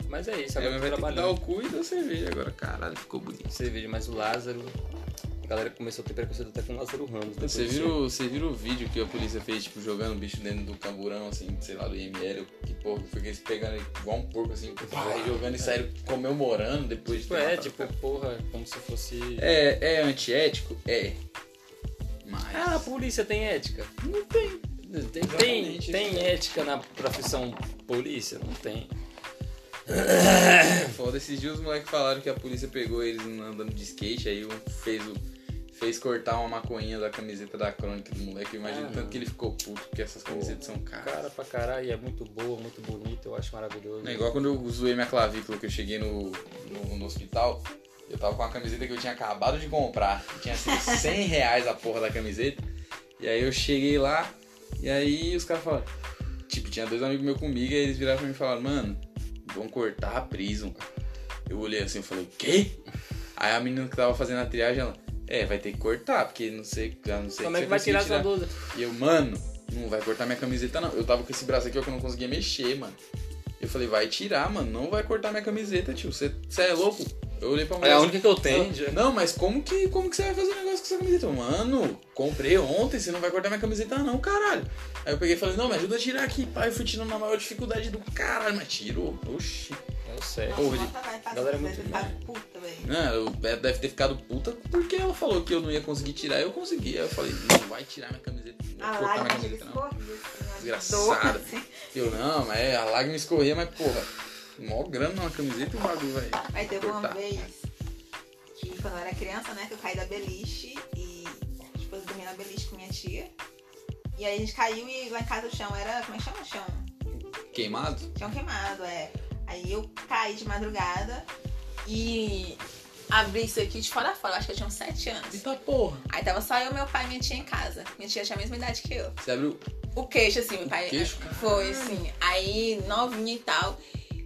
Speaker 2: Mas é isso,
Speaker 1: Aí
Speaker 2: agora
Speaker 1: vai
Speaker 2: eu tô
Speaker 1: ter que dar
Speaker 2: trabalhando.
Speaker 1: o cu e dar cerveja agora. Caralho, ficou bonito.
Speaker 2: Cerveja, mas o Lázaro. A galera começou a ter preconceito até com o Lázaro Ramos. né? depois
Speaker 1: Você
Speaker 2: disso.
Speaker 1: viu, você viu o vídeo que a polícia fez, tipo, jogando o bicho dentro do camburão, assim, sei lá, do IML, que porra, foi que eles pegando ele igual um porco, assim, vai jogando e saíram comemorando depois de
Speaker 2: Tipo,
Speaker 1: ter
Speaker 2: é,
Speaker 1: matado o
Speaker 2: tipo,
Speaker 1: cara.
Speaker 2: porra, como se fosse.
Speaker 1: É, é antiético? É. Mas.
Speaker 2: Ah, a polícia tem ética? Não tem. Tem, tem,
Speaker 1: Exatamente.
Speaker 2: ética na profissão polícia? Não tem.
Speaker 1: É foda, esses dias os moleques falaram que a polícia pegou eles andando de skate, aí um fez o. Fez cortar uma maconhinha da camiseta da crônica do moleque. Eu imagino
Speaker 2: Ah.
Speaker 1: tanto que ele ficou puto, porque essas camisetas são caras.
Speaker 2: é um Cara pra caralho, é muito boa, muito bonita, eu acho maravilhoso.
Speaker 1: É igual quando eu zoei minha clavícula, que eu cheguei no, no, no hospital, eu tava com uma camiseta que eu tinha acabado de comprar. que Tinha sido 100 reais a porra da camiseta. E aí eu cheguei lá, e aí os caras falaram... Tipo, tinha dois amigos meus comigo, e eles viraram pra mim e falaram, mano, vão cortar a prison. Eu olhei assim, eu falei, o quê? Aí a menina que tava fazendo a triagem, ela... É, vai ter que cortar, porque não sei, eu não sei
Speaker 2: Como é
Speaker 1: se
Speaker 2: que
Speaker 1: eu
Speaker 2: vai
Speaker 1: consegui
Speaker 2: tirar essa blusa?
Speaker 1: e eu, mano, não vai cortar minha camiseta, não. Eu tava com esse braço aqui, ó, que eu não conseguia mexer, mano. Eu falei, vai tirar, mano. Não vai cortar minha camiseta, tio. Você é louco? Eu olhei pra mulher.
Speaker 2: que eu
Speaker 1: Ela,
Speaker 2: é.
Speaker 1: Não, mas como que, como que você vai fazer um negócio com essa camiseta? Eu, Mano, comprei ontem, você não vai cortar minha camiseta, não, caralho. Aí eu peguei e falei, não, me ajuda a tirar aqui, pai. Eu fui tirando na maior dificuldade do caralho, mas tirou. Oxi.
Speaker 2: Eu sei.
Speaker 3: Nossa,
Speaker 1: Ouve.
Speaker 3: bota vai, passa,
Speaker 2: Galera, é
Speaker 3: vai
Speaker 2: muito
Speaker 3: ficar puta, velho.
Speaker 1: Não, Né, eu- é, ela deve ter ficado puta porque ela falou que eu não ia conseguir tirar, eu consegui. Aí eu falei, não vai tirar minha camiseta. vou
Speaker 3: Ah,
Speaker 5: A
Speaker 1: colocar na
Speaker 5: lágrima
Speaker 1: camiseta,
Speaker 5: chega a
Speaker 1: não.
Speaker 5: escorrer. assim, ó, de dor.
Speaker 1: Desgraçada. Eu não, mas é, a lágrima escorria, mas porra. Mó grana numa camiseta e um bagulho, velho.
Speaker 5: Aí teve uma
Speaker 1: Tá.
Speaker 5: vez que quando eu era criança, né, que eu caí da beliche e tipo, eu dormia na beliche com minha tia. E aí a gente caiu e lá em casa o chão era. Como é que chama o chão?
Speaker 1: Queimado?
Speaker 5: Chão queimado, é. Aí eu caí de madrugada.
Speaker 3: E abri isso aqui de fora a fora, eu acho que eu tinha uns 7 anos.
Speaker 1: Eita porra.
Speaker 3: Aí tava só eu, meu pai e minha tia em casa. Minha tia tinha a mesma idade que eu.
Speaker 1: Você abriu.
Speaker 3: O queixo, assim, meu pai.
Speaker 1: queixo?
Speaker 3: Foi, assim. Aí, novinha e tal.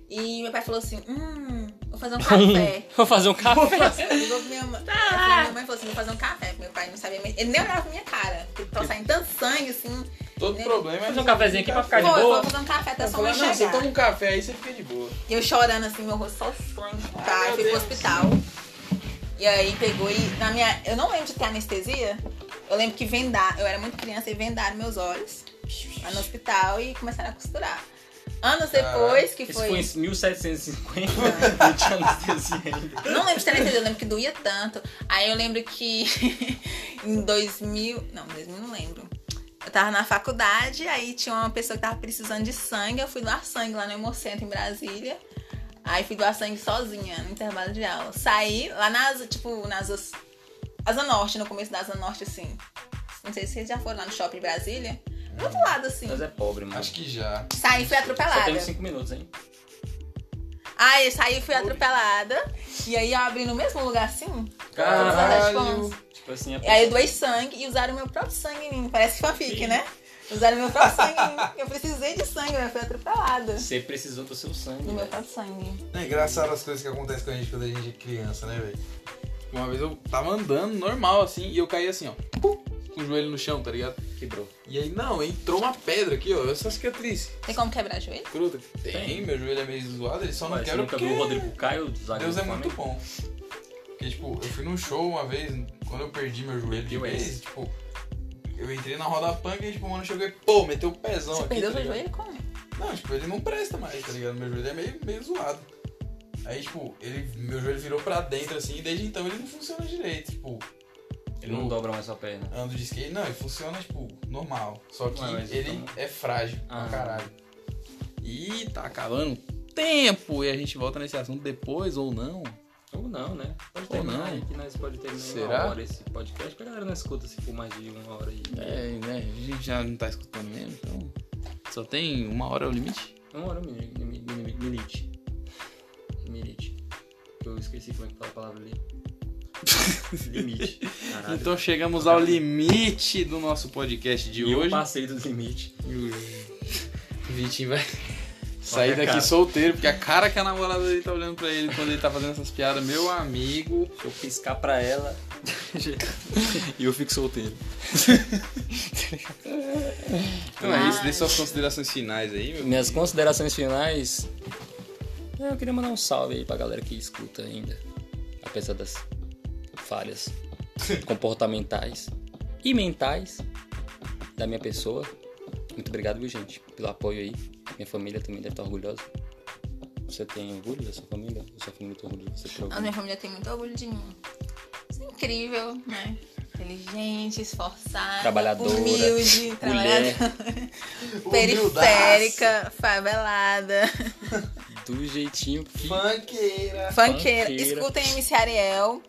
Speaker 3: E meu pai falou assim: hum, vou fazer um
Speaker 2: Hum.
Speaker 3: café.
Speaker 2: Vou fazer um café.
Speaker 3: Ligou pra minha mãe.
Speaker 2: Tá.
Speaker 3: Assim, minha mãe falou assim: vou fazer um café. porque Meu pai não sabia. Ele nem olhava pra minha cara. Porque tava saindo tanto sangue, assim.
Speaker 1: Todo
Speaker 3: Né?
Speaker 1: problema é.
Speaker 2: Fazer um cafezinho aqui pra ficar
Speaker 3: Pô,
Speaker 2: de
Speaker 3: eu
Speaker 2: boa. Tá
Speaker 3: vou fazer um café até
Speaker 1: Eu
Speaker 3: sua mãe
Speaker 1: falar, não, você
Speaker 3: chegar.
Speaker 1: toma um café aí, você fica de boa.
Speaker 3: E eu chorando assim, meu rosto só sangue. Tá,
Speaker 1: meu
Speaker 3: eu fui pro
Speaker 1: Deus.
Speaker 3: hospital. E aí pegou e na minha. Eu não lembro de ter anestesia. Eu lembro que vendar, eu era muito criança e vendaram meus olhos lá no hospital e começaram a costurar. Anos depois, que
Speaker 2: Isso foi
Speaker 3: foi.
Speaker 2: em 1750. Não tinha anestesia ainda.
Speaker 3: Não lembro de ter anestesia, eu lembro que doía tanto. Aí eu lembro que em 2000. Não, 2000 não lembro. Eu tava na faculdade, aí tinha uma pessoa que tava precisando de sangue. Eu fui doar sangue lá no Hemocentro, em Brasília. Aí fui doar sangue sozinha, no intervalo de aula. Saí lá na Asa, tipo, na Asa, Asa Norte, no começo da Asa Norte, assim. Não sei se vocês já foram lá no shopping Brasília. Do outro lado, assim.
Speaker 2: Mas é pobre, mano.
Speaker 1: Acho que já.
Speaker 3: Saí, fui
Speaker 2: Só
Speaker 3: atropelada.
Speaker 2: temos 5 minutos, hein?
Speaker 3: Aí eu saí, fui atropelada. E aí eu abri no mesmo lugar, assim.
Speaker 1: Caralho.
Speaker 2: Tipo assim, a
Speaker 3: E aí
Speaker 2: pessoa...
Speaker 3: eu doei sangue e usaram meu próprio sangue em mim. Parece fanfic, né? Usaram meu próprio sangue em mim. Eu precisei de sangue, eu fui atropelada.
Speaker 2: Você precisou do seu sangue. né?
Speaker 3: Do meu
Speaker 2: velho.
Speaker 3: próprio sangue.
Speaker 6: É engraçado as coisas que acontecem com a gente quando a gente é criança, né, velho?
Speaker 1: Uma vez eu tava andando normal assim e eu caí assim, ó. pum, Com o joelho no chão, tá ligado?
Speaker 2: Quebrou.
Speaker 1: E aí, não, entrou uma pedra aqui, ó. Essa cicatriz.
Speaker 3: Tem como quebrar joelho?
Speaker 1: Cruda. Tem, meu joelho é meio zoado, ele só não
Speaker 2: Mas você
Speaker 1: quebra
Speaker 2: nunca
Speaker 1: porque
Speaker 2: viu o Rodrigo Caio, zagueiro
Speaker 1: Deus
Speaker 2: do
Speaker 1: é muito
Speaker 2: Flamengo?
Speaker 1: bom.
Speaker 6: Porque, tipo, eu fui num show uma vez, quando eu perdi meu joelho de
Speaker 2: Meteu
Speaker 6: vez,
Speaker 2: esse.
Speaker 6: tipo, eu entrei na roda punk e, tipo, mano, chegou e, pô, meteu o pezão
Speaker 3: Você
Speaker 6: aqui.
Speaker 3: perdeu
Speaker 6: tá
Speaker 3: seu
Speaker 6: ligado?
Speaker 3: joelho? Como?
Speaker 6: Não, tipo, ele não presta mais, tá ligado? Meu joelho é meio, meio zoado. Aí, tipo, ele, meu joelho virou pra dentro, assim, e desde então ele não funciona direito, tipo.
Speaker 2: Ele não dobra mais sua perna.
Speaker 6: Ando de skate, não, ele funciona, tipo, normal. Só que
Speaker 2: Ué, mas
Speaker 6: ele
Speaker 2: então-
Speaker 6: é frágil
Speaker 2: Ah.
Speaker 6: pra caralho.
Speaker 1: E tá acabando o tempo e a gente volta nesse assunto depois ou não.
Speaker 2: Ou não, né? Pode
Speaker 1: Ou
Speaker 2: terminar
Speaker 1: não.
Speaker 2: aí que nós pode terminar em
Speaker 1: Será?
Speaker 2: uma hora esse podcast, que a galera não escuta se for mais de uma hora aí.
Speaker 1: É, né? A gente já não tá escutando mesmo, então. Só tem uma hora é o limite?
Speaker 2: Uma hora mini- mini- mini- milite. Milite. Que eu esqueci como é que fala a palavra ali. limite. Caralho.
Speaker 1: Então chegamos ao limite do nosso podcast de
Speaker 2: E eu
Speaker 1: hoje.
Speaker 2: passei dos limites.
Speaker 1: O Vitinho vai sair daqui
Speaker 2: cara.
Speaker 1: solteiro, porque a cara que a namorada dele tá olhando pra ele quando ele tá fazendo essas piadas, meu amigo.
Speaker 2: Se eu piscar pra ela.
Speaker 1: E eu fico solteiro. então é isso, dê suas considerações finais aí, meu
Speaker 2: Minhas
Speaker 1: filho.
Speaker 2: considerações finais. É, Eu queria mandar um salve aí pra galera que escuta ainda. Apesar das falhas comportamentais e mentais da minha pessoa. Muito obrigado, viu, gente, pelo apoio aí. Minha família também deve estar orgulhosa. Você tem orgulho da sua família? A sua família tem orgulho de você por
Speaker 3: Nossa,
Speaker 2: algum?
Speaker 3: minha família tem muito orgulho de mim. Isso é incrível, né? Inteligente, esforçada,
Speaker 2: Trabalhadora,
Speaker 3: humilde,
Speaker 2: mulher.
Speaker 3: trabalhadora, periférica, favelada,
Speaker 2: Do jeitinho que.
Speaker 6: Banqueira!
Speaker 3: fanqueira.
Speaker 2: Funkeira.
Speaker 3: Escutem MC Ariel,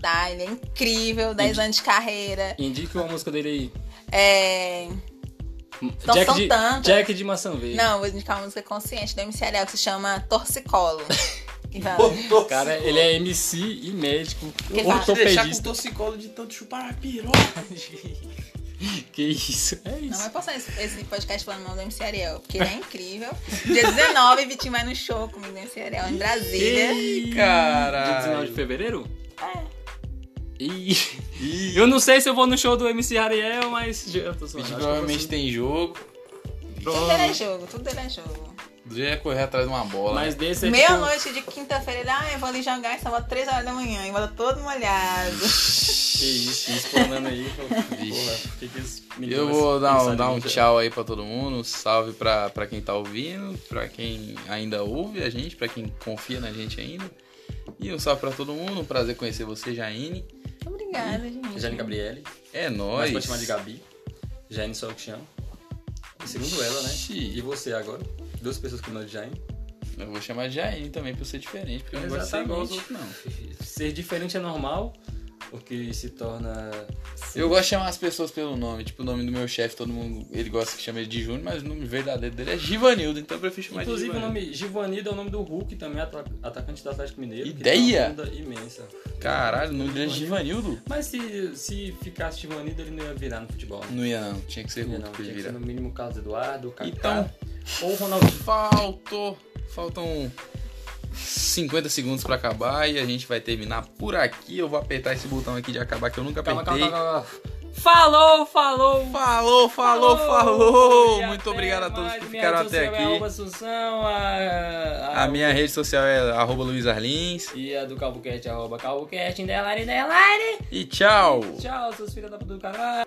Speaker 3: tá? Ele é incrível, 10 anos de carreira.
Speaker 2: Indica uma música dele aí.
Speaker 3: É... Então
Speaker 2: Jack
Speaker 3: são
Speaker 2: de,
Speaker 3: tantas.
Speaker 2: Jack de Maçã Verde.
Speaker 3: Não, vou indicar uma música consciente do MC Ariel que se chama Torcicolo. E vai.
Speaker 2: O cara, ele é MC e médico,
Speaker 3: Que
Speaker 2: ortopedista.
Speaker 1: Deixar com torcicolo de tanto chupar a piroca.
Speaker 2: Que isso? É
Speaker 3: Não vai
Speaker 2: isso.
Speaker 3: passar esse, esse podcast falando mal do MC Ariel, porque ele é incrível. Dia 19, Vitinho vai no show comigo do MC Ariel em Brasília.
Speaker 1: Ih, caralho.
Speaker 2: Dia 19 de fevereiro? É. E... Eu não sei se eu vou no show do MC Ariel, mas já- eu tô
Speaker 1: A gente
Speaker 2: zoando. Acho que eu vou
Speaker 1: provavelmente
Speaker 2: sim.
Speaker 1: tem jogo.
Speaker 3: Tudo dele é jogo, tudo dele é jogo.
Speaker 1: Do jeito é correr atrás de uma bola. né?
Speaker 2: Mas desse é tipo...
Speaker 3: Meia-noite de quinta-feira, ele, ah, eu vou ali jogar e só 3 horas da manhã, e volta todo molhado.
Speaker 2: Que isso, me explanando aí. pô.
Speaker 1: Vixe.
Speaker 2: Porra, que que esse menino
Speaker 1: Eu
Speaker 2: vai
Speaker 1: vou dar
Speaker 2: pensar
Speaker 1: um,
Speaker 2: de
Speaker 1: dar
Speaker 2: mim
Speaker 1: um
Speaker 2: já?
Speaker 1: tchau aí pra todo mundo, um salve pra, pra quem tá ouvindo, pra quem ainda ouve a gente, pra quem confia na gente ainda. E um salve pra todo mundo, um prazer conhecer você, Jaine.
Speaker 3: Obrigada, gente.
Speaker 2: Jane Gabriele.
Speaker 1: É
Speaker 2: Mas
Speaker 1: nóis.
Speaker 2: pode chamar de Gabi. Jaine Solchan. Segundo ela, né? E você agora? Duas pessoas com o nome de Jaine.
Speaker 1: Eu vou chamar de Jaine também pra ser diferente, porque eu não gosto de ser igual aos outros, não.
Speaker 2: Ser diferente é normal, o que se torna.
Speaker 1: Eu gosto de chamar as pessoas pelo nome. Tipo, o nome do meu chefe, todo mundo, ele gosta que chame ele de Júnior, mas o nome verdadeiro dele é Givanildo, então eu prefiro chamar
Speaker 2: Inclusive
Speaker 1: de
Speaker 2: o
Speaker 1: Givanildo.
Speaker 2: nome Givanildo é o nome do Hulk também, atra- atacante do Atlético Mineiro. que
Speaker 1: Ideia!
Speaker 2: tem uma bunda imensa.
Speaker 1: Caralho, o nome dele é Givanildo?
Speaker 2: Mas se, se ficasse Givanildo, ele não ia virar no futebol. né?
Speaker 1: Não ia não, tinha que ser
Speaker 2: Não ia
Speaker 1: Hulk
Speaker 2: não,
Speaker 1: pra ele
Speaker 2: tinha que
Speaker 1: virar.
Speaker 2: ser no mínimo Carlos Eduardo, Kaká,
Speaker 1: Então-
Speaker 2: ou Ronaldinho.
Speaker 1: Faltou. Faltam 50 segundos pra acabar e a gente vai terminar por aqui. Eu vou apertar esse botão aqui de acabar que eu nunca
Speaker 2: Calma,
Speaker 1: apertei.
Speaker 2: calma, calma, calma. Falou, falou!
Speaker 1: Falou, falou, falou!
Speaker 2: E
Speaker 1: Muito
Speaker 2: até
Speaker 1: obrigado a todos
Speaker 2: mais.
Speaker 1: que
Speaker 2: Minha
Speaker 1: ficaram
Speaker 2: rede
Speaker 1: até
Speaker 2: social É arroba
Speaker 1: aqui.
Speaker 2: Assunção, a,
Speaker 1: A minha rede social é arroba Luiz Arlins.
Speaker 2: E a do CalvoCast, arroba CalvoCast, underline, underline.
Speaker 1: E tchau!
Speaker 2: Tchau, seus filhos da puta do caralho.